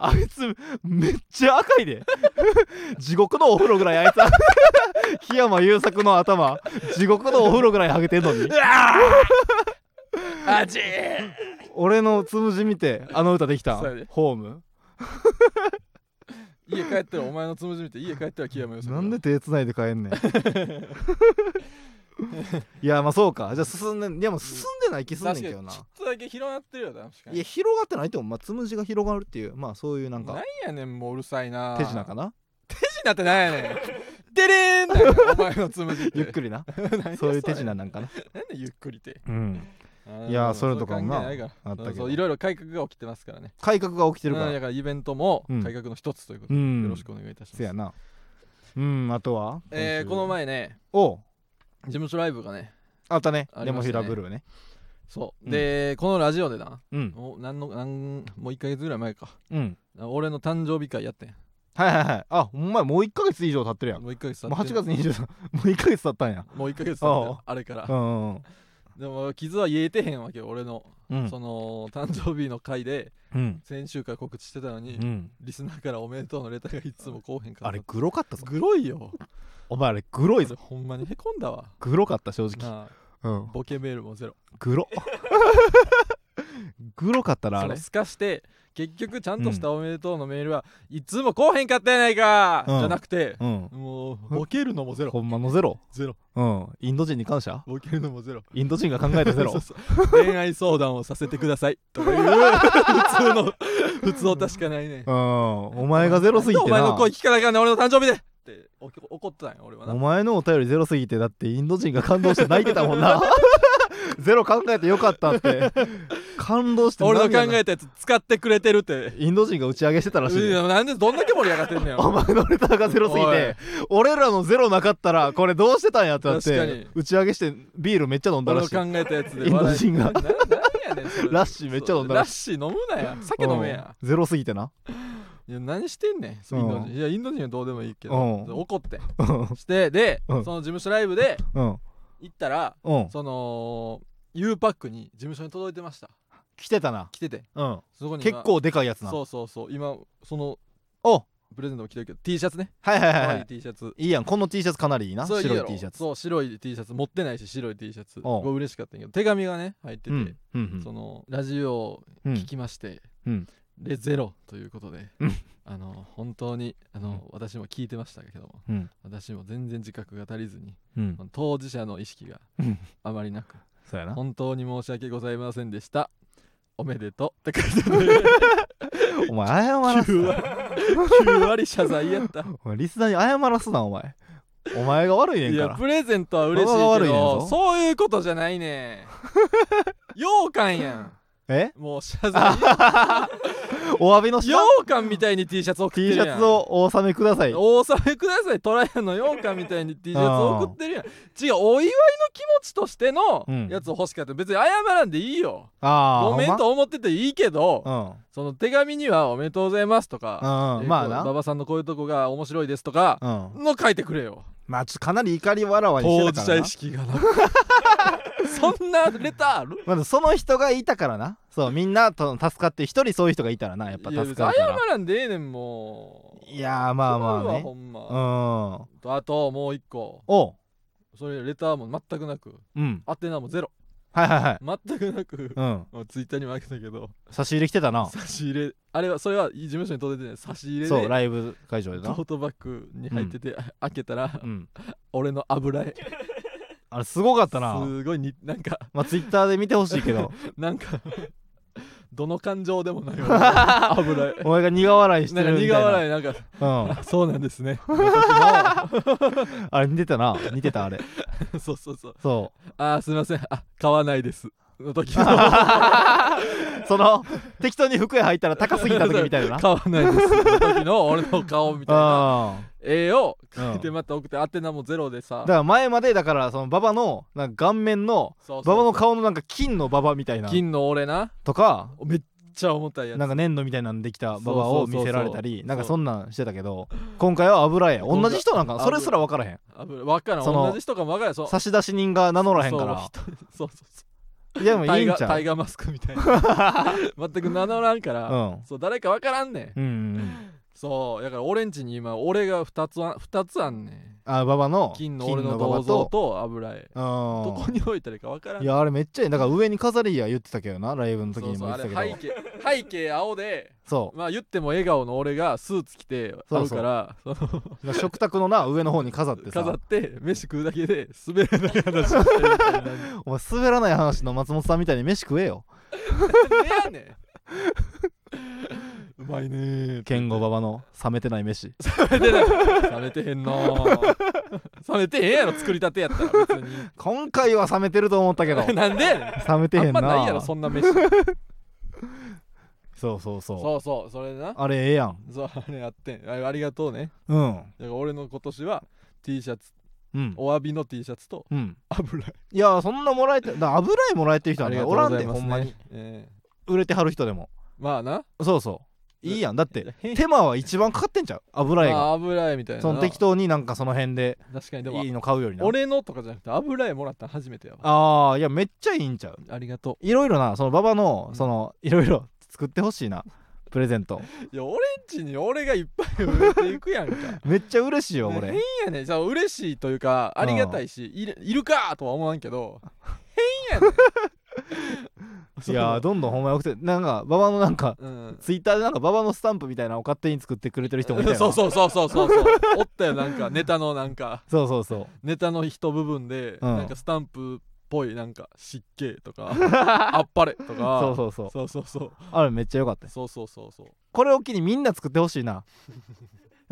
[SPEAKER 2] あいつめっちゃ赤いで地獄のお風呂ぐらいあいつ檜山優作の頭地獄のお風呂ぐらいハゲてんのに
[SPEAKER 1] あちー
[SPEAKER 2] 俺のつむじ見てあの歌できた
[SPEAKER 1] そうやで
[SPEAKER 2] ホーム
[SPEAKER 1] 家帰ったらお前のつむじ見て家帰ったら木山優作
[SPEAKER 2] なんで手つないで帰
[SPEAKER 1] *laughs*
[SPEAKER 2] んねんいやまあそうかじゃあ進んでんでも進んでない気すんねんけど
[SPEAKER 1] 確かに
[SPEAKER 2] な
[SPEAKER 1] ちょっとだけ広がってるよな確かに
[SPEAKER 2] いや広がってないと思う、まあ、つむじが広がるっていうまあそういうなん
[SPEAKER 1] なん
[SPEAKER 2] か
[SPEAKER 1] やねんもううるさいな
[SPEAKER 2] 手品
[SPEAKER 1] *laughs*
[SPEAKER 2] かな
[SPEAKER 1] 手品ってなんやねんてれーんだよお前のつむじって
[SPEAKER 2] *laughs* ゆっくりな
[SPEAKER 1] *laughs* 何
[SPEAKER 2] そういう手品な
[SPEAKER 1] *laughs*
[SPEAKER 2] んかな
[SPEAKER 1] なんでゆっくりって
[SPEAKER 2] うん
[SPEAKER 1] あー
[SPEAKER 2] いやー
[SPEAKER 1] まあ
[SPEAKER 2] それとかもな
[SPEAKER 1] そういう関係いから
[SPEAKER 2] あったけど
[SPEAKER 1] そういろいろ改革が起きてますからね
[SPEAKER 2] 改革が起きてるか
[SPEAKER 1] うん
[SPEAKER 2] ら
[SPEAKER 1] だからイベントも
[SPEAKER 2] うん
[SPEAKER 1] 改革の一つということ
[SPEAKER 2] う
[SPEAKER 1] で、
[SPEAKER 2] ん
[SPEAKER 1] よろしくお願いいたします
[SPEAKER 2] せやなうんあとは
[SPEAKER 1] えー、この前ね
[SPEAKER 2] おう
[SPEAKER 1] 事務所ライブがね
[SPEAKER 2] あったね
[SPEAKER 1] あ
[SPEAKER 2] レ
[SPEAKER 1] り
[SPEAKER 2] モ
[SPEAKER 1] ま
[SPEAKER 2] フ
[SPEAKER 1] し
[SPEAKER 2] ィ
[SPEAKER 1] た
[SPEAKER 2] ラ
[SPEAKER 1] ね
[SPEAKER 2] ブルーね
[SPEAKER 1] そう
[SPEAKER 2] うん
[SPEAKER 1] で、このラジオでな
[SPEAKER 2] うん
[SPEAKER 1] もうなんのなんもう1ヶ月ぐらい前か
[SPEAKER 2] うん
[SPEAKER 1] 俺の誕生日会やってん
[SPEAKER 2] はいはいはいあお前もう1ヶ月以上経ってるやんも
[SPEAKER 1] もう1ヶ月経
[SPEAKER 2] う
[SPEAKER 1] って
[SPEAKER 2] 8月23も *laughs* う1ヶ月経ったんや
[SPEAKER 1] もう1ヶ月経っ
[SPEAKER 2] おう
[SPEAKER 1] てあれから
[SPEAKER 2] うんうん
[SPEAKER 1] でも傷は癒えてへんわけよ俺の、
[SPEAKER 2] うん
[SPEAKER 1] その誕生日の回で
[SPEAKER 2] うん
[SPEAKER 1] 先週から告知してたのに、
[SPEAKER 2] うん
[SPEAKER 1] リスナーからおめでとうのレターがいつもこうへんから
[SPEAKER 2] あれグロかったぞ
[SPEAKER 1] グロいよ
[SPEAKER 2] お前あれグロいぞ
[SPEAKER 1] ほんまにへこんだわ
[SPEAKER 2] グロかった正直
[SPEAKER 1] なあ
[SPEAKER 2] うん
[SPEAKER 1] ボケメールもゼロ
[SPEAKER 2] *laughs* グログロかったなあ
[SPEAKER 1] そ
[SPEAKER 2] れ
[SPEAKER 1] のすかして結局ちゃんとしたおめでとうのメールはいつも来おへんかったやないか、
[SPEAKER 2] うん
[SPEAKER 1] じゃなくて、
[SPEAKER 2] うん
[SPEAKER 1] もうボケるのもゼロ
[SPEAKER 2] ほんまのゼロ
[SPEAKER 1] ゼロ
[SPEAKER 2] うんインド人に感謝
[SPEAKER 1] ボケるのもゼロ
[SPEAKER 2] インド人が考えたゼロ
[SPEAKER 1] そうそう恋愛相談をさせてくださいとかいう普通の普通を確かないね
[SPEAKER 2] *laughs* うんお前がゼロすぎてな
[SPEAKER 1] お前の声聞かなきゃね俺の誕生日でっておき怒ってたんよ俺はな
[SPEAKER 2] お前のお便りゼロすぎてだってインド人が感動して泣いてたもん *laughs* なゼロ考えてよかったって感動して
[SPEAKER 1] 俺の考
[SPEAKER 2] 涙
[SPEAKER 1] えたやつ使ってくれてるって
[SPEAKER 2] インド人が打ち上げしてたらしい、
[SPEAKER 1] い
[SPEAKER 2] ね、
[SPEAKER 1] やなんでどんだけ盛り上がってんねん
[SPEAKER 2] お前のレターがゼロすぎ
[SPEAKER 1] おい
[SPEAKER 2] て俺らのゼロなかったらこれどうしてたんやってなっ
[SPEAKER 1] 確かに
[SPEAKER 2] て打ち上げしてビールめっちゃ飲んだ
[SPEAKER 1] 俺
[SPEAKER 2] ら
[SPEAKER 1] の
[SPEAKER 2] しい
[SPEAKER 1] 考えたやつで
[SPEAKER 2] インド人が
[SPEAKER 1] 笑いななんやねんそれ
[SPEAKER 2] ラッシーめっちゃ飲んだ
[SPEAKER 1] ラ
[SPEAKER 2] ら
[SPEAKER 1] ッシー飲むなや酒飲めや
[SPEAKER 2] うんゼロすぎてない
[SPEAKER 1] や何してんねんインド
[SPEAKER 2] うん
[SPEAKER 1] 人いやインド人はどうでもいいけど
[SPEAKER 2] うん
[SPEAKER 1] 怒って
[SPEAKER 2] うん
[SPEAKER 1] してでそ
[SPEAKER 2] う
[SPEAKER 1] の
[SPEAKER 2] ん
[SPEAKER 1] 事務所ライブで
[SPEAKER 2] うん
[SPEAKER 1] 行ったら
[SPEAKER 2] うん
[SPEAKER 1] その U パックに事務所に届いてました
[SPEAKER 2] 来てたな
[SPEAKER 1] 来てて
[SPEAKER 2] うん
[SPEAKER 1] そこに今
[SPEAKER 2] 結構でかいやつな
[SPEAKER 1] そうそうそう今その
[SPEAKER 2] お
[SPEAKER 1] プレゼントも着てるけど T シャツね
[SPEAKER 2] はいはいはい
[SPEAKER 1] 可
[SPEAKER 2] は
[SPEAKER 1] 愛い
[SPEAKER 2] い
[SPEAKER 1] T シャツ
[SPEAKER 2] いいやんこの T シャツかなりいいな
[SPEAKER 1] そう
[SPEAKER 2] 白
[SPEAKER 1] いいや
[SPEAKER 2] い
[SPEAKER 1] ろ
[SPEAKER 2] T シャツ
[SPEAKER 1] そう白い T シャツ持ってないし白い T シャツ
[SPEAKER 2] おう
[SPEAKER 1] ご嬉しかったんやけど手紙がね入って
[SPEAKER 2] う
[SPEAKER 1] て
[SPEAKER 2] んうん
[SPEAKER 1] そのラジオを
[SPEAKER 2] うん
[SPEAKER 1] 聞きまして、
[SPEAKER 2] うん
[SPEAKER 1] でゼロということで、
[SPEAKER 2] うん
[SPEAKER 1] あの本当にあの、私も聞いてましたけども
[SPEAKER 2] うん
[SPEAKER 1] 私も全然自覚が足りずに
[SPEAKER 2] うん
[SPEAKER 1] 当事者の意識が
[SPEAKER 2] うん
[SPEAKER 1] あまりなく
[SPEAKER 2] そうやな
[SPEAKER 1] 本当に申し訳ございませんでしたおめでとうって書いてて
[SPEAKER 2] お前謝らす
[SPEAKER 1] 9
[SPEAKER 2] な
[SPEAKER 1] 割9割謝罪やった
[SPEAKER 2] お前リスナーに謝らすなお前お前が悪い
[SPEAKER 1] い
[SPEAKER 2] ねんか
[SPEAKER 1] や
[SPEAKER 2] ら
[SPEAKER 1] プレゼントは嬉しい
[SPEAKER 2] そこが
[SPEAKER 1] け
[SPEAKER 2] 悪いねん
[SPEAKER 1] ど
[SPEAKER 2] ぞ
[SPEAKER 1] そういうことじゃない
[SPEAKER 2] *laughs*
[SPEAKER 1] ねん羊羹やん
[SPEAKER 2] え
[SPEAKER 1] もう謝罪
[SPEAKER 2] お詫びの
[SPEAKER 1] 羊
[SPEAKER 2] 品
[SPEAKER 1] 羹みたいに T シャツ送って
[SPEAKER 2] T
[SPEAKER 1] る
[SPEAKER 2] シ
[SPEAKER 1] やん
[SPEAKER 2] ャツをお納めください
[SPEAKER 1] お納めくださいトライアンの羊羹みたいに T シャツ送ってるやん違うお祝いの気持ちとしての
[SPEAKER 2] うん
[SPEAKER 1] やつを欲しかった別に謝らんでいいよ
[SPEAKER 2] ああ
[SPEAKER 1] ごめんと思ってていいけど
[SPEAKER 2] うんうん
[SPEAKER 1] その手紙には「おめでとうございます」とかえー
[SPEAKER 2] まあ
[SPEAKER 1] こう
[SPEAKER 2] な
[SPEAKER 1] 馬場さんのこういうとこが面白いです」とか
[SPEAKER 2] うん
[SPEAKER 1] の書いてくれよ
[SPEAKER 2] まあちょっとかなり怒りわらわにして
[SPEAKER 1] 当事
[SPEAKER 2] た
[SPEAKER 1] 者
[SPEAKER 2] から
[SPEAKER 1] 意
[SPEAKER 2] な
[SPEAKER 1] 識がなくそんなレターある
[SPEAKER 2] まだその人がいたからなそうみんなと助かって一人そういう人がいたらなやっぱ
[SPEAKER 1] いや
[SPEAKER 2] 助
[SPEAKER 1] 別に
[SPEAKER 2] か
[SPEAKER 1] 謝
[SPEAKER 2] るから
[SPEAKER 1] らんでええねんもう
[SPEAKER 2] い
[SPEAKER 1] い
[SPEAKER 2] やーまあまあね
[SPEAKER 1] ほんま、
[SPEAKER 2] うん
[SPEAKER 1] とあともう一個
[SPEAKER 2] おう
[SPEAKER 1] それレターも全くなく
[SPEAKER 2] うん
[SPEAKER 1] 宛名もゼロ
[SPEAKER 2] はいはいはい
[SPEAKER 1] 全くなく
[SPEAKER 2] うん
[SPEAKER 1] もうツイッターにもあげたけど
[SPEAKER 2] 差し入れ来てたな
[SPEAKER 1] 差し入れあれはそれは事務所に届いてない差し入れで
[SPEAKER 2] そう
[SPEAKER 1] ト
[SPEAKER 2] ライブ会場でな
[SPEAKER 1] ートバッグに入ってて、あ開けたら
[SPEAKER 2] うん
[SPEAKER 1] 俺の油絵
[SPEAKER 2] あれすごかったな
[SPEAKER 1] すごいになんか
[SPEAKER 2] まあツイッターで見てほしいけど *laughs*
[SPEAKER 1] なんかどの感情でもない
[SPEAKER 2] *laughs*
[SPEAKER 1] 油絵
[SPEAKER 2] お前が苦笑いして
[SPEAKER 1] なんか
[SPEAKER 2] るみた
[SPEAKER 1] 苦
[SPEAKER 2] いな
[SPEAKER 1] 笑いなんか
[SPEAKER 2] うん
[SPEAKER 1] あそうなんです
[SPEAKER 2] *laughs*
[SPEAKER 1] ね
[SPEAKER 2] あれ似てたな似てたあれ
[SPEAKER 1] そうそうそう
[SPEAKER 2] そ
[SPEAKER 1] あーすいませんあ買わないですの時
[SPEAKER 2] う
[SPEAKER 1] の
[SPEAKER 2] その適当に服屋入ったら高すぎた時み
[SPEAKER 1] *laughs*
[SPEAKER 2] たいなな
[SPEAKER 1] 買わないですの時の俺の顔みたいな
[SPEAKER 2] うん
[SPEAKER 1] 絵を
[SPEAKER 2] うん
[SPEAKER 1] 書いてまた送って宛名もゼロでさ
[SPEAKER 2] だから前までだからそのババのなんか顔面の
[SPEAKER 1] そうそう
[SPEAKER 2] ババの顔のなんか金のババみたいな
[SPEAKER 1] 金の俺な
[SPEAKER 2] とか
[SPEAKER 1] めっちゃ重たいやつ
[SPEAKER 2] なんか粘土みたいなのできたババ
[SPEAKER 1] そ
[SPEAKER 2] を
[SPEAKER 1] うそうそうそう
[SPEAKER 2] 見せられたりなんかそんなんしてたけど今回は油絵同じ人なんかなそれすら分からへん
[SPEAKER 1] あぶれわからん
[SPEAKER 2] その
[SPEAKER 1] 同じ人かもわからんそう
[SPEAKER 2] 差出人が名乗らへんから
[SPEAKER 1] そう人そうそうそ
[SPEAKER 2] いやで
[SPEAKER 1] う
[SPEAKER 2] *laughs* も
[SPEAKER 1] タ
[SPEAKER 2] いい
[SPEAKER 1] イ
[SPEAKER 2] ん
[SPEAKER 1] ガ
[SPEAKER 2] ち
[SPEAKER 1] ー
[SPEAKER 2] ゃ
[SPEAKER 1] タ
[SPEAKER 2] う
[SPEAKER 1] イガーマスクみ
[SPEAKER 2] *laughs*
[SPEAKER 1] たいな全く名乗らんか
[SPEAKER 2] う
[SPEAKER 1] ら
[SPEAKER 2] ん
[SPEAKER 1] そう誰かわからんねん
[SPEAKER 2] うんうん
[SPEAKER 1] そうだから俺んちに今俺が2つあ二つあんねん
[SPEAKER 2] あババの
[SPEAKER 1] 金の俺の
[SPEAKER 2] ババ
[SPEAKER 1] 銅像と油絵
[SPEAKER 2] う
[SPEAKER 1] ど
[SPEAKER 2] ん
[SPEAKER 1] こに置いたらいいかわからん
[SPEAKER 2] いやあれめっちゃいいだから上に飾りや言ってたけどなライブの時
[SPEAKER 1] そう
[SPEAKER 2] に
[SPEAKER 1] そ
[SPEAKER 2] も
[SPEAKER 1] う
[SPEAKER 2] 言っ
[SPEAKER 1] あ
[SPEAKER 2] て
[SPEAKER 1] れ
[SPEAKER 2] たけどそう
[SPEAKER 1] 背景背景青でまあ言っても笑顔の俺がスーツ着てあ
[SPEAKER 2] そう
[SPEAKER 1] る
[SPEAKER 2] そう
[SPEAKER 1] からその
[SPEAKER 2] だから食卓のな上の方に飾ってさ
[SPEAKER 1] 飾って飯食うだけで滑らない話してるみ
[SPEAKER 2] *laughs*
[SPEAKER 1] たいなね
[SPEAKER 2] お前滑らない話の松本さんみたいに飯食えよ
[SPEAKER 1] や
[SPEAKER 2] *laughs*
[SPEAKER 1] ねんうまいねー
[SPEAKER 2] ケンゴババの冷めてな
[SPEAKER 1] *laughs*
[SPEAKER 2] い飯
[SPEAKER 1] 冷めてない冷めてへんの冷めてへんやろ作りたてやったら別に
[SPEAKER 2] 今回は冷めてると思ったけど *laughs* 冷
[SPEAKER 1] なんでやねん
[SPEAKER 2] めてへ
[SPEAKER 1] あ
[SPEAKER 2] ん
[SPEAKER 1] んま
[SPEAKER 2] な
[SPEAKER 1] ないやろそんな飯
[SPEAKER 2] そうそうそう
[SPEAKER 1] そうそうそれでな
[SPEAKER 2] あれええやん
[SPEAKER 1] そうあれやってんあれありがとうね
[SPEAKER 2] うん
[SPEAKER 1] だから俺の今年は T シャツ
[SPEAKER 2] うん
[SPEAKER 1] お詫びの T シャツと
[SPEAKER 2] うん
[SPEAKER 1] 油絵
[SPEAKER 2] いやそんなもらえてだから油絵もらえてる人は
[SPEAKER 1] あり
[SPEAKER 2] ね
[SPEAKER 1] がと
[SPEAKER 2] お
[SPEAKER 1] う
[SPEAKER 2] ら
[SPEAKER 1] ご
[SPEAKER 2] ん
[SPEAKER 1] ざ
[SPEAKER 2] で
[SPEAKER 1] いま
[SPEAKER 2] ほ
[SPEAKER 1] す
[SPEAKER 2] んまに
[SPEAKER 1] ねえ
[SPEAKER 2] 売れてはる人でも
[SPEAKER 1] えまあな
[SPEAKER 2] そうそういいやんだっ
[SPEAKER 1] いや
[SPEAKER 2] て
[SPEAKER 1] 変
[SPEAKER 2] 手間は一番かかってんじゃん油絵
[SPEAKER 1] ま
[SPEAKER 2] が
[SPEAKER 1] あ油絵みたいなな
[SPEAKER 2] その適当になんかその辺で
[SPEAKER 1] 確かにでも
[SPEAKER 2] いいの買うよりな
[SPEAKER 1] 俺のとかじゃなくて油絵もらったの初めてやわ
[SPEAKER 2] ああいやめっちゃいいんちゃう
[SPEAKER 1] ありがと
[SPEAKER 2] いろいろなその馬場の
[SPEAKER 1] うん
[SPEAKER 2] そのいろいろ作ってほしいなプレゼント
[SPEAKER 1] ういや俺んちに俺がいっぱい植えていくやんか
[SPEAKER 2] めっちゃ嬉しいよ
[SPEAKER 1] ね
[SPEAKER 2] 俺
[SPEAKER 1] 変やねんじゃあ嬉しいというかありがたいしいるいるかとは思わんけど変やね
[SPEAKER 2] いやーどんどんほんまよくてなんか馬場のなんか *laughs*
[SPEAKER 1] うん
[SPEAKER 2] ツイッターでなんか馬場のスタンプみたいなのを勝手に作ってくれてる人もいたよ
[SPEAKER 1] *laughs*
[SPEAKER 2] な
[SPEAKER 1] そうそうそうそうそうそうおったよなんかネタのなんか
[SPEAKER 2] そうそうそう
[SPEAKER 1] ネタの一部分で、
[SPEAKER 2] うん
[SPEAKER 1] なんかスタンプっぽいなんか湿気と
[SPEAKER 2] *laughs*
[SPEAKER 1] かあっぱれとか
[SPEAKER 2] そうそうそう
[SPEAKER 1] そうそうそう
[SPEAKER 2] あれめっちゃ良かったです
[SPEAKER 1] そうそうそうそう
[SPEAKER 2] これを機にみんな作ってほしいなやっ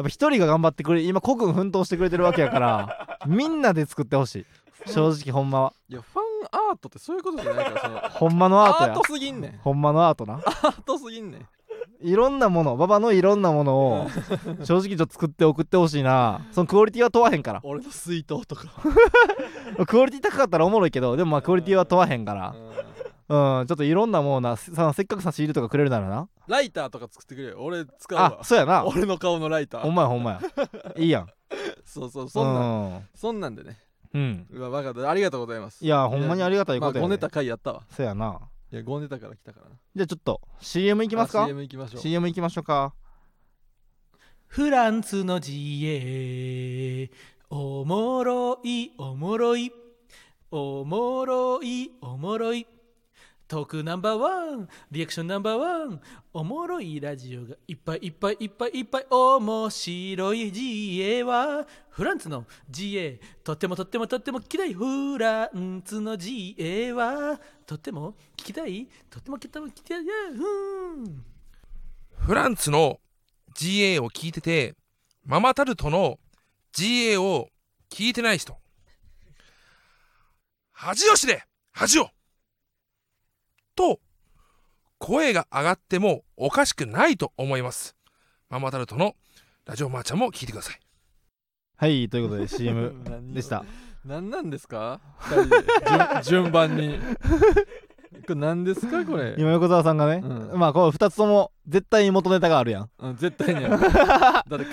[SPEAKER 2] ぱ一人が頑張ってくれ今国軍奮闘してくれてるわけやからみんなで作ってほしい正直ほんまはい
[SPEAKER 1] やファンアートってそういうことじゃないからその
[SPEAKER 2] ほんま *laughs* のアートや
[SPEAKER 1] アートすぎんねん
[SPEAKER 2] ほんまのアートな
[SPEAKER 1] アートすぎんねん
[SPEAKER 2] いろんなもの馬場のいろんなものを正直ちょっと作って送ってほしいなそのクオリティは問わへんから
[SPEAKER 1] 俺の水筒とか、
[SPEAKER 2] クオリティ高かったらおもろいけどでもまあクオリティは問わへんから
[SPEAKER 1] うん
[SPEAKER 2] うんちょっといろんなものなさせっかく差し入れとかくれるならな
[SPEAKER 1] ライターとか作ってくれよ俺使う
[SPEAKER 2] あ
[SPEAKER 1] わ
[SPEAKER 2] そうやな
[SPEAKER 1] 俺の顔のライタ
[SPEAKER 2] *laughs* ほん
[SPEAKER 1] ー
[SPEAKER 2] まやほんまやいいやん
[SPEAKER 1] そう *laughs* そうそんなん
[SPEAKER 2] な
[SPEAKER 1] そんなんでね
[SPEAKER 2] うん、うん、
[SPEAKER 1] うわバカだありがとうございます
[SPEAKER 2] いやほんまにありがたい
[SPEAKER 1] ま
[SPEAKER 2] こ
[SPEAKER 1] あ
[SPEAKER 2] とや、
[SPEAKER 1] 5
[SPEAKER 2] ね
[SPEAKER 1] ネタ回やったわ
[SPEAKER 2] そうやない
[SPEAKER 1] や5ネタから来たからない
[SPEAKER 2] じゃあちょっと CM いきますか CM,
[SPEAKER 1] CM 行きましょう
[SPEAKER 2] いきましょうか
[SPEAKER 3] フランスの自衛おもろいおもろいおもろいおもろいトークナンバーワンリアクションナンバーワンおもろいラジオがいっぱいいっぱいいっぱいいっぱい面白い GA はフランスの GA とってもとってもとっても聞きたいフランスの GA はとっても聞きたいとっても聞きたい聞きたいうん
[SPEAKER 4] フランツの GA を聞いててママタルトの GA を聞いてない人恥を知れ恥をと声が上がってもおかしくないと思いますママタルトのラジオマーちゃんも聞いてください
[SPEAKER 2] はいとい
[SPEAKER 1] *laughs*
[SPEAKER 2] うことで CM
[SPEAKER 1] 何を
[SPEAKER 2] でした
[SPEAKER 1] 何なんですか二人で順順番
[SPEAKER 2] *laughs*
[SPEAKER 1] にこれ何ですかこれ、
[SPEAKER 2] 今横澤さんがね、
[SPEAKER 1] うん
[SPEAKER 2] まあこの2つとも絶対に元ネタがあるやん
[SPEAKER 1] うん、絶対に
[SPEAKER 2] *laughs*
[SPEAKER 1] やるだって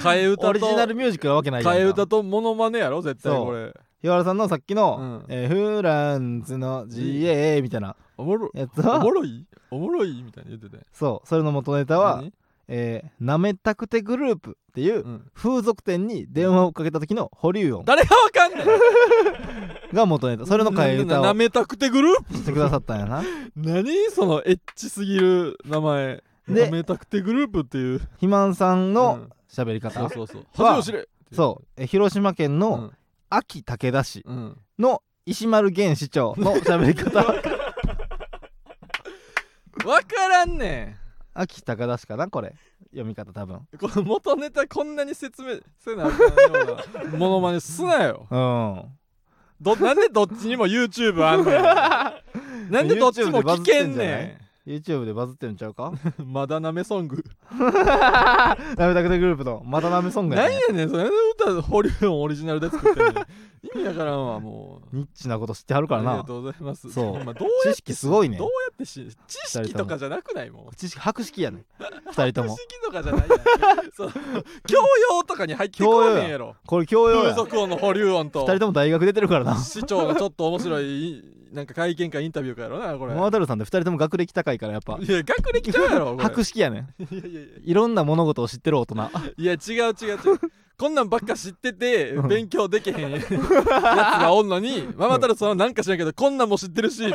[SPEAKER 1] 替え歌
[SPEAKER 2] オリジナル
[SPEAKER 1] と
[SPEAKER 2] ミュージックなわけないやん
[SPEAKER 1] 替
[SPEAKER 2] か
[SPEAKER 1] え歌とモノマネやろ絶対これ
[SPEAKER 2] 日原さんのさっきの
[SPEAKER 1] うん
[SPEAKER 2] 「えーフランツの GA」みたいな
[SPEAKER 1] おもろ
[SPEAKER 2] やつ
[SPEAKER 1] お
[SPEAKER 2] は
[SPEAKER 1] もろいおもろいみたいに言ってたよ
[SPEAKER 2] そうそれの元ネタは
[SPEAKER 1] 何
[SPEAKER 2] 「えーなめたくてグループ」っていう
[SPEAKER 1] うん
[SPEAKER 2] 風俗店に電話をかけた時の保留音
[SPEAKER 1] 誰がわかんない
[SPEAKER 2] が元ネタそれの替え歌
[SPEAKER 1] なな
[SPEAKER 2] を
[SPEAKER 1] めたくてグループ
[SPEAKER 2] してくださったんやな
[SPEAKER 1] 何そのエッチすぎる名前
[SPEAKER 2] で
[SPEAKER 1] なめたくてグループっていう
[SPEAKER 2] 肥満さん
[SPEAKER 1] う
[SPEAKER 2] の
[SPEAKER 1] ん
[SPEAKER 2] 喋り
[SPEAKER 1] そ
[SPEAKER 2] 方
[SPEAKER 1] うそうそう
[SPEAKER 2] は
[SPEAKER 1] 恥を知れ
[SPEAKER 2] そうえー広島県
[SPEAKER 1] う
[SPEAKER 2] の
[SPEAKER 1] ん
[SPEAKER 2] 安芸武田市
[SPEAKER 1] うん
[SPEAKER 2] の石丸源市長の喋り方
[SPEAKER 1] わからんね
[SPEAKER 2] 安芸武田市かなこれ読み方多分
[SPEAKER 1] んこの元ネタこんなに説明せなあかんようなモノマネすなよ
[SPEAKER 2] うん
[SPEAKER 1] どなんでどっちにも YouTube あんね
[SPEAKER 2] *laughs*
[SPEAKER 1] んなんでどっちも聞けんね
[SPEAKER 2] YouTube でバズってるんちゃうか
[SPEAKER 1] んまだなめソング
[SPEAKER 2] なめたくてグループのまたなめソングや
[SPEAKER 1] なん
[SPEAKER 2] ね
[SPEAKER 1] やねんそれで歌保留音オリジナルで作ってんねん意味わからんわもう
[SPEAKER 2] ニッチなこと知ってはるから
[SPEAKER 1] ありが
[SPEAKER 2] な
[SPEAKER 1] とうございます
[SPEAKER 2] そう
[SPEAKER 1] 今どうや
[SPEAKER 2] 知識すごいね
[SPEAKER 1] どうやってし知識とかじゃなくないもん
[SPEAKER 2] 知識博識やね二人と
[SPEAKER 1] 知
[SPEAKER 2] も
[SPEAKER 1] 識とかじゃないやんそう教養とかに入ってこうねんやろ
[SPEAKER 2] これ教養
[SPEAKER 1] 風
[SPEAKER 2] や
[SPEAKER 1] 俗音の保留音
[SPEAKER 2] 二
[SPEAKER 1] と
[SPEAKER 2] 人とも大学出てるからな
[SPEAKER 1] 市長のちょっと面白いなんか会見かインタビューかやろなこれ
[SPEAKER 2] モアタルさんって二人とも学歴高いからやっぱ
[SPEAKER 1] いや学歴ちゃうやろこれ
[SPEAKER 2] 博識やね
[SPEAKER 1] *laughs* いやいやいや
[SPEAKER 2] いろんな物事を知ってる大人
[SPEAKER 1] *laughs* いや違う違う違うこんなんばっか知ってて
[SPEAKER 2] うん
[SPEAKER 1] 勉強できへんやつがおんのにママタルトさんはなんか知らんけどこんなんも知ってるし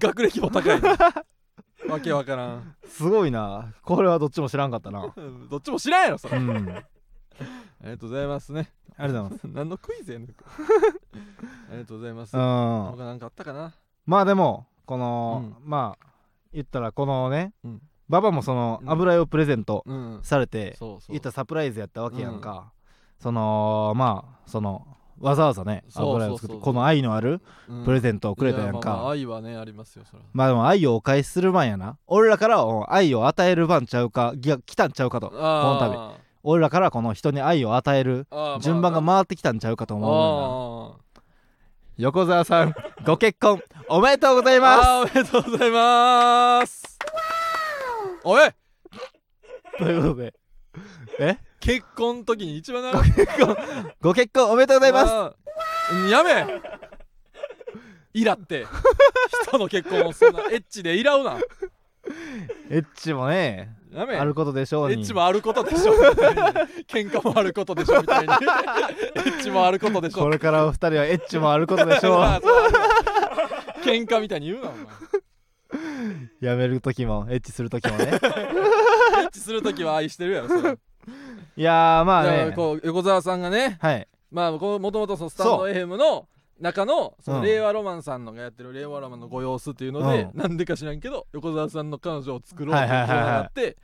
[SPEAKER 1] 学歴も高いねわけわからん
[SPEAKER 2] *laughs* すごいなこれはどっちも知らんかったな
[SPEAKER 1] うんどっちも知らんやろそれ
[SPEAKER 2] う
[SPEAKER 1] あ
[SPEAKER 2] ん
[SPEAKER 1] *laughs*
[SPEAKER 2] あ
[SPEAKER 1] りがとうございますね
[SPEAKER 2] りがとうございま
[SPEAKER 1] *laughs*
[SPEAKER 2] す
[SPEAKER 1] 何のクイズやねんありがとうございます
[SPEAKER 2] う
[SPEAKER 1] 他
[SPEAKER 2] ん
[SPEAKER 1] なんかあったかな
[SPEAKER 2] まあでもこの、まあ言ったらこのね、
[SPEAKER 1] うん
[SPEAKER 2] ババもその
[SPEAKER 1] うん
[SPEAKER 2] 油絵をプレゼント
[SPEAKER 1] うん
[SPEAKER 2] されて、
[SPEAKER 1] そうそう
[SPEAKER 2] 言ったらサプライズやったわけやんか、そのまあそのわざわざね
[SPEAKER 1] そう
[SPEAKER 2] 油絵を作っ
[SPEAKER 1] そうそう
[SPEAKER 2] て
[SPEAKER 1] そう
[SPEAKER 2] この愛のある
[SPEAKER 1] うん
[SPEAKER 2] プレゼントをくれたやん
[SPEAKER 1] いまあまあ
[SPEAKER 2] か、
[SPEAKER 1] 愛はねありますよそれは
[SPEAKER 2] まあでも愛をお返しする番やな俺らからは愛を与える番ちゃうかぎゃ来たんちゃうかとこの度
[SPEAKER 1] あー
[SPEAKER 2] 俺らからこの人に愛を与える
[SPEAKER 1] あーまあ
[SPEAKER 2] 順番が回ってきたんちゃうかと思うのよな
[SPEAKER 1] あー
[SPEAKER 2] 横澤さんご結婚おめでとうございます
[SPEAKER 1] あーおめでとうございますおい
[SPEAKER 2] ということで
[SPEAKER 1] 結婚の時に一番長いご
[SPEAKER 2] ご結婚おめでとうございます
[SPEAKER 1] すやめイラって人の結婚をそんなエッチでイラうな
[SPEAKER 2] エッチもね
[SPEAKER 1] やめ
[SPEAKER 2] あることでしょう
[SPEAKER 1] エ
[SPEAKER 2] に
[SPEAKER 1] ッチもあることでしょみ *laughs* たいに喧嘩もあることでしょみ
[SPEAKER 2] *laughs*
[SPEAKER 1] たいにエッチもあることでしょ
[SPEAKER 2] これからお二人
[SPEAKER 1] *laughs*
[SPEAKER 2] はエッチもあることでしょう
[SPEAKER 1] なあそう喧嘩みたいに言うなお前
[SPEAKER 2] やめる時もエッチする時も
[SPEAKER 1] *laughs*
[SPEAKER 2] ね
[SPEAKER 1] エッチするときは愛してるやろそれ
[SPEAKER 2] いやーまあ
[SPEAKER 1] だか
[SPEAKER 2] ね
[SPEAKER 1] らこう横澤さんがね
[SPEAKER 2] はい
[SPEAKER 1] まあもともとスタンド
[SPEAKER 2] そう
[SPEAKER 1] FM の中のその
[SPEAKER 2] うん
[SPEAKER 1] 令和ロマンさんのがやってる令和ロマンのご様子っていうので、
[SPEAKER 2] う
[SPEAKER 1] なんでか知らんけど横澤さんの彼女を作ろうっていう
[SPEAKER 2] はい
[SPEAKER 1] 話
[SPEAKER 2] はい
[SPEAKER 1] に
[SPEAKER 2] はいはい
[SPEAKER 1] なって